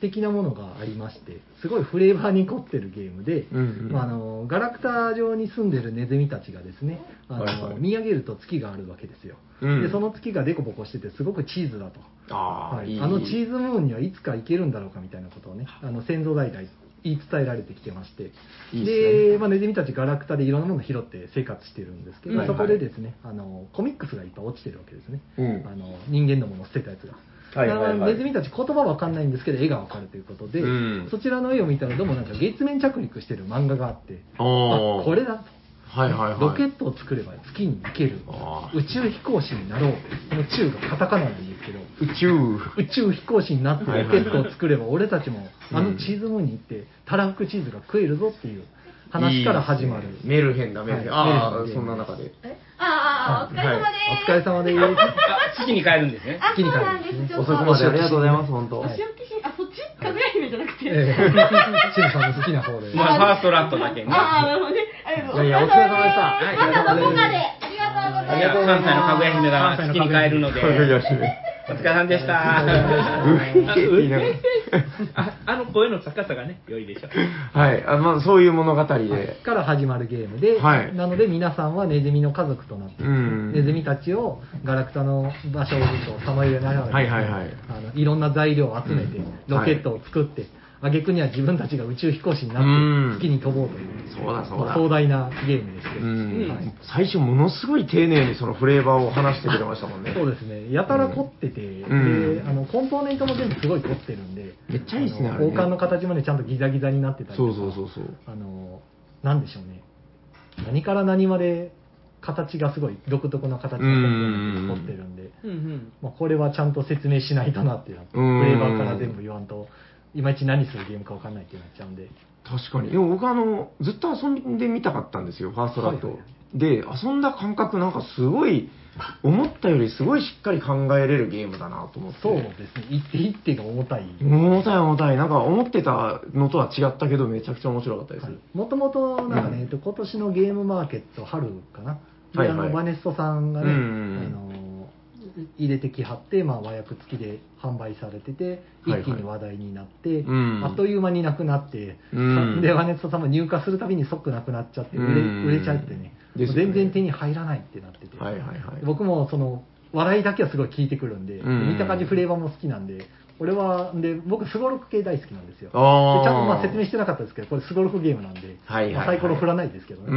S4: 的なものがありまして、すごいフレーバーに凝ってるゲームで、
S2: うんうん
S4: まあ、あのガラクタ上に住んでるネズミたちがですね、あの
S2: はいはい
S4: 見上げると月があるわけですよ。
S2: うん
S4: で、その月がデコボコしてて、すごくチーズだと。
S2: ああ、、
S4: はいい
S2: い。
S4: あのチーズムーンにはいつか行けるんだろうかみたいなことをね、あの先祖代々言い伝えられてきてまして、
S2: いい
S4: で
S2: で
S4: まあ、ネズミたちガラクタでいろんなものを拾って生活してるんですけど、
S2: はいはい
S4: そこでですねあのコミックスがいっぱい落ちてるわけですね、
S2: うん
S4: あの人間のものを捨てたやつが。
S2: はいはいはい
S4: ネズミたち言葉わかんないんですけど絵がわかるということで、
S2: うん
S4: そちらの絵を見たらどうもなんか月面着陸してる漫画があって
S2: あー
S4: これだと
S2: はいはいはい。
S4: ロケットを作れば月に行ける
S2: あー
S4: 宇宙飛行士になろうこの宙がカタカナなんですけど
S2: 宇宙。
S4: 宇宙飛行士になって
S2: はい
S4: ロ
S2: はい
S4: ケットを作れば俺たちも
S2: うん
S4: あのチーズムーンに行ってたらふくチーズが食えるぞっていう話から始まる
S2: いいですねメルヘンだ、メルヘン。
S4: はい
S2: あ
S4: メルヘン
S2: あ、そんな中で。
S5: えあーあー、あーお疲れ様で
S4: お
S5: す。
S4: 疲れ様です
S6: あ、月に帰るんですね。
S5: あ、
S4: 月
S5: そう
S4: に帰
S5: な
S4: る
S5: ん
S4: ん
S5: です。
S4: です
S5: ちょっと
S2: 遅くまでありがとうございます、本当。
S5: お仕置きし、あ、そっちかぐや姫じゃなくて。
S4: ええチルさんの好きな方で
S6: まあ、ファーストラットだけね。
S5: ああ、なるほどね。ありがとうご
S2: いや
S5: ざいます。
S2: いやお疲れ様でしたはい
S5: またどこかで。ありがとうござい
S6: 関
S5: ます。
S6: 西のかぐや姫が月に帰るので、
S2: いやいや
S6: お
S2: しめ
S6: 疲れ様でした。
S2: ういけって言いなが
S3: ああの声の高さがね、良いでしょう。
S2: ら。はい。あまあ、そういう物語で。
S4: から始まるゲームで、
S2: はい
S4: なので皆さんはネズミの家族となって
S2: う
S4: いる、
S2: ん。
S4: ネズミたちをガラクタの場所をずっとさまよいながら、
S2: はいはいはい
S4: あのいろんな材料を集めて、
S2: うん
S4: ロケットを作って、挙句には自分たちが宇宙飛行士にな
S2: うん
S4: って月に飛ぼうという、
S2: そうだそう
S4: ま
S2: だ。
S4: あ壮大なゲームでして、
S2: うん、
S4: はい
S2: 最初ものすごい丁寧にそのフレーバーを話してくれましたもんね。
S4: そうですね、やたら凝ってて、
S2: ん
S4: であのコンポーネントも全部すごい凝ってるんで、
S2: めっちゃいいですね
S4: あ
S2: あ
S4: の
S2: れ
S4: 王
S2: ね
S4: 冠の形までちゃんとギザギザになってたりと
S2: そ
S4: か、
S2: うそうそうそう。
S4: あのなんでしょうね、何から何まで形がすごい独特な形のコンポーネントを凝ってるんで、
S3: うんうん。
S4: まあ、これはちゃんと説明しないとなっていうのは、フ
S2: うん
S4: レーバーから全部言わんと、いまいち何するゲームか分かんないってなっちゃうんで、
S2: 確かに。でも僕あの、ずっと遊んでみたかったんですよ、ファーストラット。
S4: はいは
S2: で、遊んだ感覚なんかすごい、思ったよりすごいしっかり考えれるゲームだなと思って。
S4: そうですね、一手一手が重たい。
S2: 重たい重たい。なんか思ってたのとは違ったけど、めちゃくちゃ面白かったです。
S4: もともと、なんかね、えっと今年のゲームマーケット、春かな、で
S2: はいはい
S4: あのバネストさんがね、
S2: うん
S4: あの入れてきはって、まあ、和訳付きで販売されてて、
S2: はいはい
S4: 一気に話題になって、
S2: うん
S4: あっという間になくなって、
S2: うん
S4: でバネストさんも入荷するたびに即なくなっちゃって、売れ,、
S2: うん
S4: 売れちゃってね、
S2: ですよね
S4: 全然手に入らないってなってて。
S2: はいはいはい。
S4: 僕もその笑いだけはすごい聞いてくるんで、
S2: うん
S4: 見た感じフレーバーも好きなんで俺はで僕スゴロク系大好きなんですよでち
S2: あー
S4: ゃんとまあ説明してなかったですけどこれスゴロクゲームなんで、
S2: はいはいはい
S4: まあサイコロ振らないですけどね、
S2: う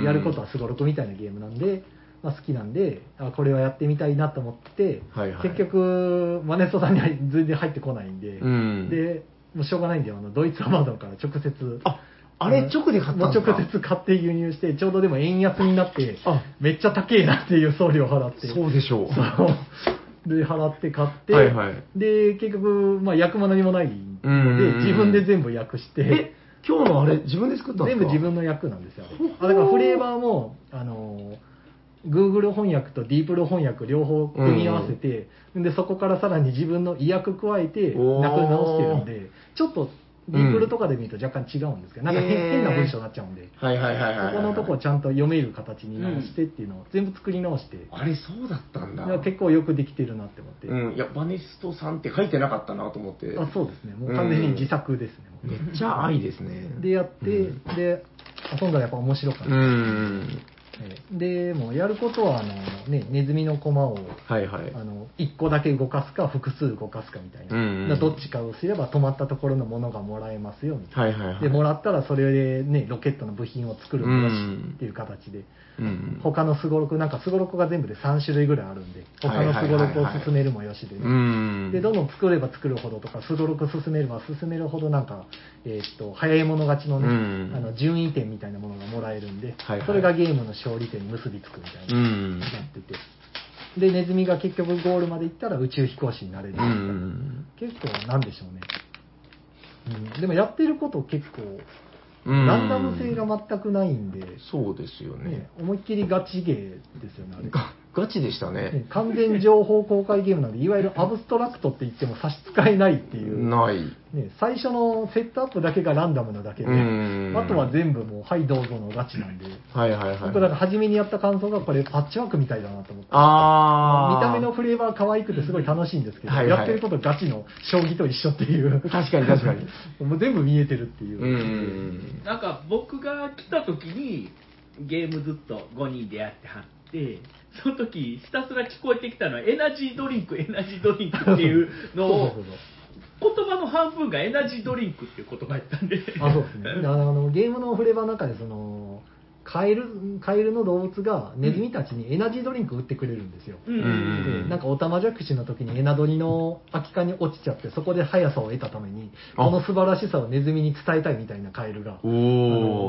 S2: ん
S4: やることはスゴロクみたいなゲームなんで、まあ、好きなんであこれはやってみたいなと思って、
S2: はいはい
S4: 結局マネストさんには全然入ってこないんで、
S2: うん
S4: でもうしょうがないんであのドイツアマゾンから直接
S2: あ、あれ直で買ったんですか
S4: もう直接買って輸入して、ちょうどでも円安になって
S2: あ、
S4: めっちゃ高えなっていう送料払って。
S2: そうでしょう。
S4: そうで、払って買って、
S2: はいはい
S4: で、結局、まあ、役も何もない
S2: うん
S4: の
S2: うん
S4: で
S2: うん、
S4: 自分で全部役して
S2: え、、今日のあれ自分で作ったんですか
S4: 全部自分の役なんですよ。あだからフレーバーも、あのー、Google 翻訳と DeepL 翻訳両方組み合わせて、でそこからさらに自分の意訳加えて、
S2: おー
S4: なく直してるんで、ちょっと DeepL とかで見ると若干違うんですけど、なんか変
S2: へー
S4: 変な文章になっちゃうんで。
S2: はいはいはいはい。
S4: そこのとこをちゃんと読める形に直してっていうのを全部作り直して、
S2: あれそうだったんだ。
S4: 結構よくできてるなって思って、
S2: うん、いや、バネストさんって書いてなかったなと思って。
S4: あそうですねもう完全に自作ですね、
S2: めっちゃ愛ですね。
S4: でやって、
S2: うん
S4: で遊んだらやっぱ面白かった、
S2: うん。
S4: ええでもうやることはあの、ね、ネズミの駒を
S2: はいはい。
S4: あの1個だけ動かすか複数動かすかみたいな、
S2: うんうん
S4: だからどっちかをすれば止まったところのものがもらえますよみたいな、
S2: はいはいはい。
S4: でもらったらそれで、ね、ロケットの部品を作るもよしっていう形で、
S2: うん、
S4: 他のすごろくなんかすごろくが全部で3種類ぐらいあるんで他のすごろくを進めるもよしでね、
S2: うん。
S4: でどんどん作れば作るほどとかすごろく進めれば進めるほどなんか、えーっと早い者勝ちの,、ね
S2: うん
S4: あの順位点みたいなものがもらえるんで、
S2: はいはい
S4: それがゲームの勝利点に結びつくみたいな、
S2: う
S4: なっ
S2: ん。
S4: ててでネズミが結局ゴールまで行ったら宇宙飛行士になれる
S2: う
S4: みたいな、
S2: ん。
S4: 結構なんでしょうね、うん、でもやってること結構
S2: うん
S4: ランダム性が全くないんで、
S2: そうですよね
S4: ね。、思いっきりガチゲーですよね、あれ。
S2: がガチでしたね。
S4: ね完全情報公開ゲームなんで、いわゆるアブストラクトって言っても差し支えないっていう、
S2: ない。
S4: ね、最初のセットアップだけがランダムなだけで、
S2: うん
S4: あとは全部もう、はい、どうぞのガチなんで、
S2: はいはいはい。
S4: 僕、だから初めにやった感想が、これ、パッチワークみたいだなと思って。
S2: あー
S4: 見た目のフレーバー可愛くてすごい楽しいんですけど、
S2: はいはい
S4: やってることガチの将棋と一緒っていう。
S2: 確かに確か に。
S4: もう全部見えてるっていう。
S2: うん。
S3: なんか僕が来た時にゲームずっと5人でやってはってその時ひたすら聞こえてきたのはエナジードリンクエナジードリンクっていうのを
S4: そうそう
S3: 言葉の半分がエナジードリンクっていう言葉やったんで
S4: そうあ、そ うですね。あのゲームのフレーバーの中でそのカエルカエルの動物がネズミたちにエナジードリンク売ってくれるんですよ。
S3: う
S2: うんん。
S4: なんかオタマジャクシの時にエナドリの空き缶に落ちちゃってそこで速さを得たために
S2: あ
S4: この素晴らしさをネズミに伝えたいみたいなカエルが
S2: おー、
S4: あ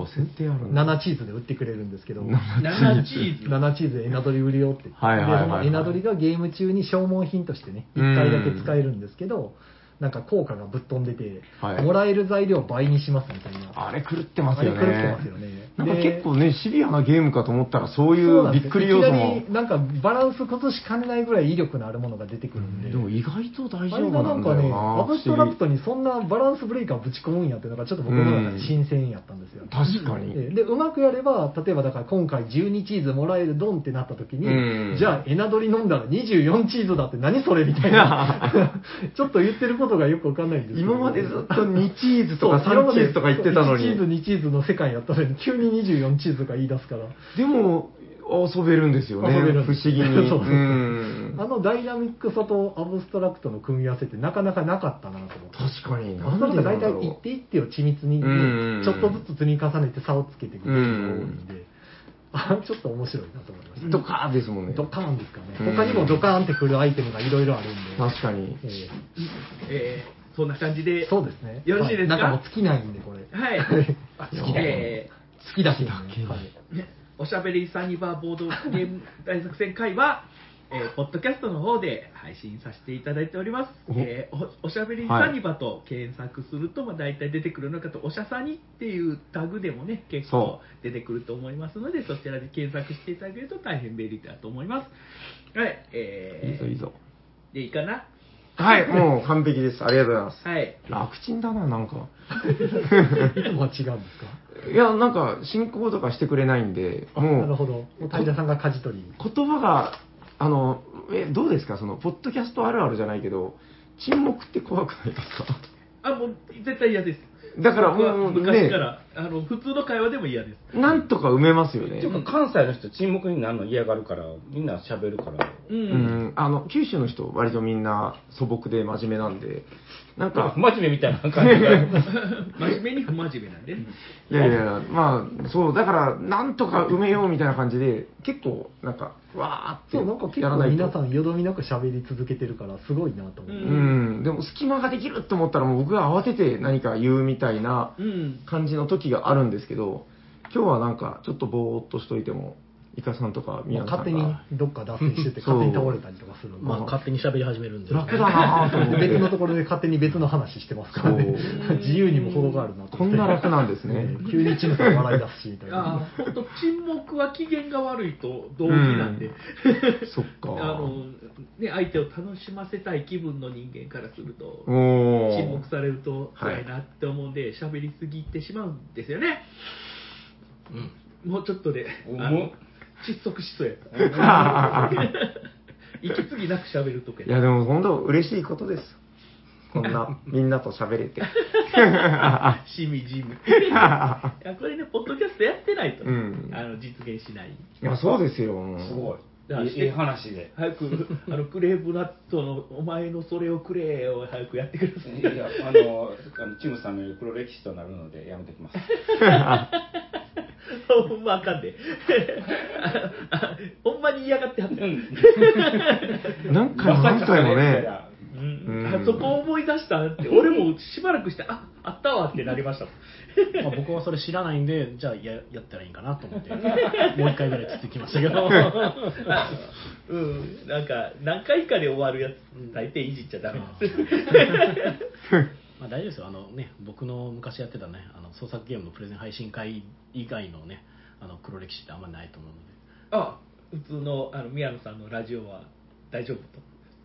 S4: の
S2: 設定あるんだ。
S4: 7チーズで売ってくれるんですけど
S3: 7チーズ
S4: 7チーズエナドリ売るよって、
S2: はいはいはいはい
S4: でそのエナドリがゲーム中に消耗品としてね、1回だけ使えるんですけど、なんか効果がぶっ飛んでて、
S2: はい
S4: もらえる材料倍にしますみたいな、
S2: あれ狂ってますよね。
S4: あれ狂ってますよね
S2: なんか
S4: で
S2: 結構ね、シビアなゲームかと思ったら、そうい
S4: そうな
S2: うんび
S4: ですよ
S2: っくり要素
S4: い
S2: も
S4: き。なりなんかバランス崩しかねないぐらい威力のあるものが出てくるんで。
S2: でも意外と大
S4: あ
S2: 丈
S4: れ
S2: 夫
S4: が
S2: な
S4: なんん
S2: だ
S4: か
S2: よ
S4: ね、
S2: な。
S4: アブストラクト
S2: に。
S4: にそんなバランスブレーカーぶち込むんやっていうのが、ちょっと僕の中で新鮮やったんですよ。
S2: 確かに。
S4: ででうまくやれば、例えばだから今回12チーズもらえるドンってなった時に、
S2: うん
S4: じゃあエナドリ飲んだら24チーズだって何それみた いな、ちょっと言ってることがよくわかんないんですけど
S2: 今までずっと2チーズとか3チーズとか言ってたの
S4: 1チーズ、
S2: に。
S4: 2チーズの世界やったのに、急に24チーズとか言い出すから、
S2: でも、遊べるんですよね。
S4: 遊べるん
S2: 不思
S4: です
S2: 議に。
S4: そう
S2: うん
S4: あのダイナミックさとアブストラクトの組み合わせってなかなかなかったなと思って。
S2: 確かに。
S4: アブストラクトは大体一手一手を緻密にね、
S2: うん
S4: ちょっとずつ積み重ねて差をつけていくことが多いんで、あちょっと面白いなと思いました。
S2: とかですもんね。
S4: ドカーンですかね、
S2: うん
S4: 他にもドカーンってくるアイテムがいろいろあるんで、
S2: 確かに。
S4: え
S3: えーそんな感じ
S4: え
S3: で
S4: そうですね、
S3: よろしいですか
S4: はなんかもう尽きないんで、これ、好
S3: はい
S4: あ
S2: 好きだ
S3: えー
S4: きだけに、ね
S2: 好きだけに
S4: はい
S3: おしゃべりサニバーボードゲーム大作戦会は、えーポッドキャストの方で配信させていただいております。
S2: お
S3: えーおおしゃべりサニバと検索すると、まあ大体出てくるのかと、おしゃさにっていうタグでもね、結
S2: そ
S3: 構出てくると思いますので、そちらで検索していただけると大変便利だと思います。はい、
S2: いい
S3: え
S2: ぞいいぞ。
S3: ー、でいいかな
S2: はい、もう完璧です。ありがとうございます。
S3: はい。
S2: 楽ちんだな、なんか。
S4: いつもは違うんですか、
S2: いや、なんか、進行とかしてくれないんで、
S4: なる
S2: も
S4: ほど、もう平さんが舵取り、
S2: う、言葉が、あの、え、どうですかその、ポッドキャストあるあるじゃないけど、沈黙って怖くないですか
S3: あ、もう絶対嫌です。
S2: だから
S3: 僕は
S2: もう
S3: 昔から、あの、普通の会話でも嫌です。
S2: なんとか埋めますよね
S6: て。いうか関西の人沈黙になるの嫌がるからみんな喋るから
S3: うん。
S2: うん、あの、九州の人、割とみんな素朴で真面目なんで、なんか、
S6: 真面目みたいな感じが
S3: 真面目に不真面目なんで。
S2: いやいやいや、まあ、そう、だから、なんとか埋めようみたいな感じで、結構、なんか、わ
S4: そう、なん
S2: ー
S4: か
S2: って
S4: 結
S2: やら
S4: 構
S2: ないと。
S4: 皆さん、よどみなく喋り続けてるから、すごいなと思う、
S3: う
S2: うん、でも隙間ができると思ったら、もう僕が慌てて何か言うみたいな
S3: うん。
S2: 感じの時があるんですけど、今日はなんか、ちょっとぼーっとしといても、イカさんとか
S4: ま
S2: 宮
S4: あ
S2: 野さんが
S4: 勝手にどっか脱線してて、
S2: そう
S4: 勝手に倒れたりとかするんで、
S1: まあ、勝手に喋り始めるんで。
S2: 楽だなぁと思って。
S4: 別のところで勝手に別の話し てますからね
S2: そ、
S4: 自由にも程があるなと
S2: こんな楽なんです
S4: え
S2: ね。
S4: え急にチムさん笑い出すし、みたいな。
S3: あ本当沈黙は機嫌が悪いと同義なんで、
S2: う んそっか
S3: あの、ね、相手を楽しませたい気分の人間からすると、
S2: お
S3: 沈
S2: ー
S3: 黙。されると辛いなって思うんで、喋りすぎてしまうんですよね、もうちょっとで、
S6: 重っ
S3: あの窒息しそうやった。息継ぎなく喋るとか
S2: いや、でも本当嬉しいことです。こんな、みんなと喋れて。
S3: しみじみ。いやこれね、ポッドキャストやってないと、
S2: うん
S3: あの実現しない。
S2: いや、そうですよ。
S6: すごい
S3: だから
S6: いいいい話で
S3: 早くあのクレープナットの「お前のそれをくれ」を早くやってください
S6: いやあのあのチムさんのように黒歴史となるのでやめてき ます
S3: ほんまあかんで あほんまに嫌がってはったよ、
S2: 何回も何回もね。
S3: うん
S2: うん
S3: あそこを思い出したって俺もしばらくしてああったわってなり ましたも ん
S1: まあ、僕はそれ知らないんで、じゃあややったらいいんかなと思って、もう一回ぐらい続きましたけ ど、
S3: あうんなんか何回かで終わるやつ大抵いじっちゃダメなんです
S1: まあ、大丈夫ですよあの、ね、僕の昔やってた、ね、あの創作ゲームのプレゼン配信会以外の,、ね、あの黒歴史ってあんまりないと思うので
S3: あ普通のあの宮野さんのラジオは大丈夫と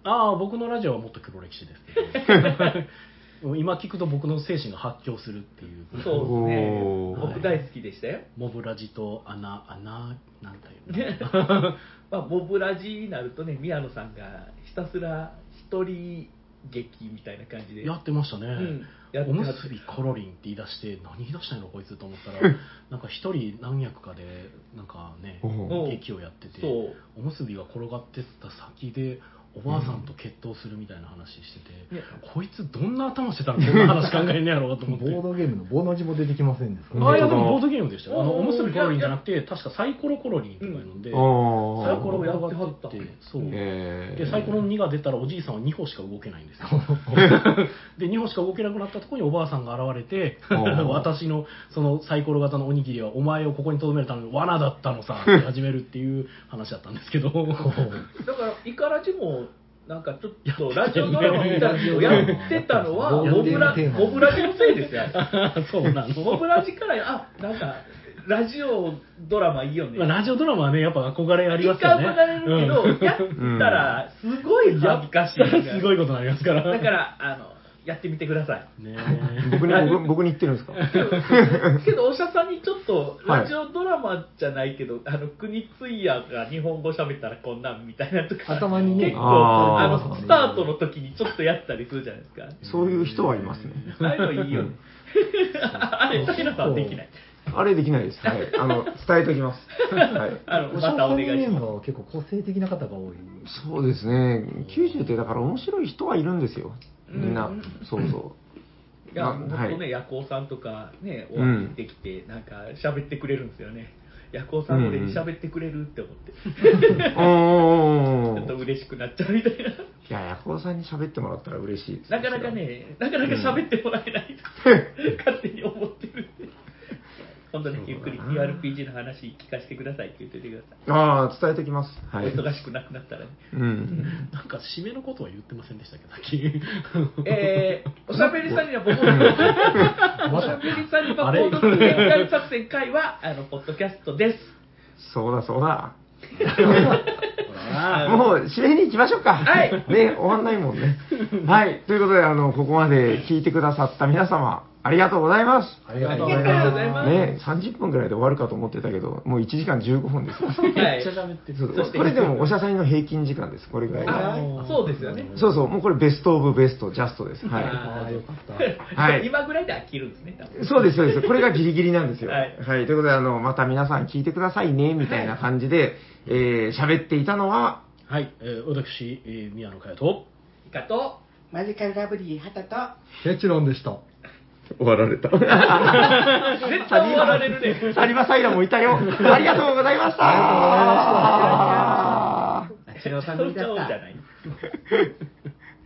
S1: ああ僕のラジオはもっと黒歴史ですけ ど今聞くと僕の精神が発狂するっていう
S3: そうですね
S2: おー
S3: 僕大好きでしたよ、
S1: モブラジと穴穴なんだよ
S3: ね まあ、ボブラジになるとね宮野さんがひたすら一人劇みたいな感じで
S1: やってましたね、
S3: うんやって
S1: お
S3: は
S1: む
S3: っ
S1: すびカロリンって言い出して何言い出したいのこいつと思ったらなんか一人何役かでなんかね
S2: お
S3: う
S1: 劇をやってて
S3: そう
S1: おむすびが転がってった先でおばあさんと決闘するみたいな話してて、
S3: ね
S1: こいつどんな頭してたらこんな話考えんねやろうと思
S4: ボ
S1: って
S4: ードゲームの棒の字も出てきませんです
S2: うん
S1: あ
S4: か
S1: いやでもボードゲームでしたよあの
S3: おー
S1: おむすびコロリンじゃなくて確かサイコロコロリンとかいうので、
S2: あ
S1: サイコロ
S2: あ
S1: をやってはったってそう、
S2: え
S1: でサイコロの2が出たらおじいさんは2歩しか動けないんですよ で2歩しか動けなくなったところにおばあさんが現れて
S2: あー
S1: 私のそのサイコロ型のおにぎりはお前をここに留めるための罠だったのさって始めるっていう話だったんですけど
S3: だからイカラジもなんかちょっとラジオドラマみたいなのをやってたのは
S4: やって
S3: モ
S4: る
S3: ブラ
S4: テーマ
S3: モブラジのせいですよ
S1: そうなの
S3: モブラジからあなんかラジオドラマいいよね
S1: まあラジオドラマはねやっぱ憧れありま
S3: 一
S1: すよ
S3: 回
S1: ね
S3: もられるけど、やったらすごい恥ず かしい
S1: うんすごいことになりますから
S3: だからあのやってみてください
S1: ね
S2: 僕に僕僕に言ってるんですか
S3: けどお医者さんにちょっと
S2: はい
S3: ラジオドラマじゃないけど、あの国津屋が日本語喋ったらこんなんみたいなとか
S4: 頭にね
S3: 結構あ
S2: あー
S3: のスタートの時にちょっとやったりするじゃないですか
S2: そういう人はいますね
S3: ああいうのいいよね あれ平さんはできない
S2: あれできないですはいあの伝えときます、はい、
S3: あのまたお願いし
S4: メンバ
S3: ます
S4: ーは結構個性的な方が多い
S2: そうですね90ってだから面白い人はいるんですよみんな、
S3: うん
S2: そうそ
S3: いや、
S2: ま
S3: もっと
S2: はい
S3: ね、夜行さんとかね、お
S2: う
S3: 会い
S2: ん
S3: できて、なんか喋ってくれるんですよね。夜行さん俺に喋ってくれるって思って、
S2: うおーおーおー
S3: ちょっと嬉しくなっちゃうみたい
S2: いや、ヤコウさんに喋ってもらったら嬉しいです
S3: な。なかなかね、なかなか喋ってもらえない、勝手に思ってるんで。本当にゆっくり
S2: そうだな
S3: PRPG の話聞かせてくださいって言っててください。
S2: ああ、伝えてきます。はい。
S3: お忙しくなくなったらね。
S2: うん。
S1: なんか締めのことは言ってませんでしたっけさっき
S3: えー、おしゃべりさんには僕の、 おしゃべりさんには僕の展開作戦会は、あの、ポッドキャストです。
S2: そうだそうだ。
S1: ほら
S2: もう、締めに行きましょうか。
S3: はい
S2: ね、終わんないもん ね。はい。ということで、あの、ここまで聞いてくださった皆様、ありがとうございます。
S4: あり が
S3: ありがとうございます。
S2: ね、30分ぐらいで終わるかと思ってたけど、もう1時間15分 ですよ。
S3: は
S1: めっ
S3: い
S1: ちゃ喋ってる
S2: そう
S3: そして
S2: これでも、おしゃさんの平均時間です。これぐらいが。
S3: あーそうですよね。
S2: そうそう、もうこれベストオブベスト、ジャストです。はい。
S3: あ
S4: あ
S3: ー
S4: あよか った
S2: はい
S3: 今ぐらいで飽きるんですね、多分
S2: そうです、そうです。これがギリギリなんですよ。
S3: は
S2: はいい。ということで、あの、また皆さん聞いてくださいね、みたいな感じで、えー、喋っていたのは、
S1: はい、えー私、えー宮野佳代と
S3: イカ と、
S6: マジカルラブリー畑と
S4: ケチロンでした
S2: 終わられた。
S3: 絶対終わられるね。
S2: サリバサイラもいたよ。ありがとうございました。
S4: ありがとうございました
S6: あちらさ ん
S3: そ
S6: の
S3: う
S6: い
S3: ち
S6: だ
S3: ゃうん
S6: っ
S3: じ
S6: た
S3: ゃない。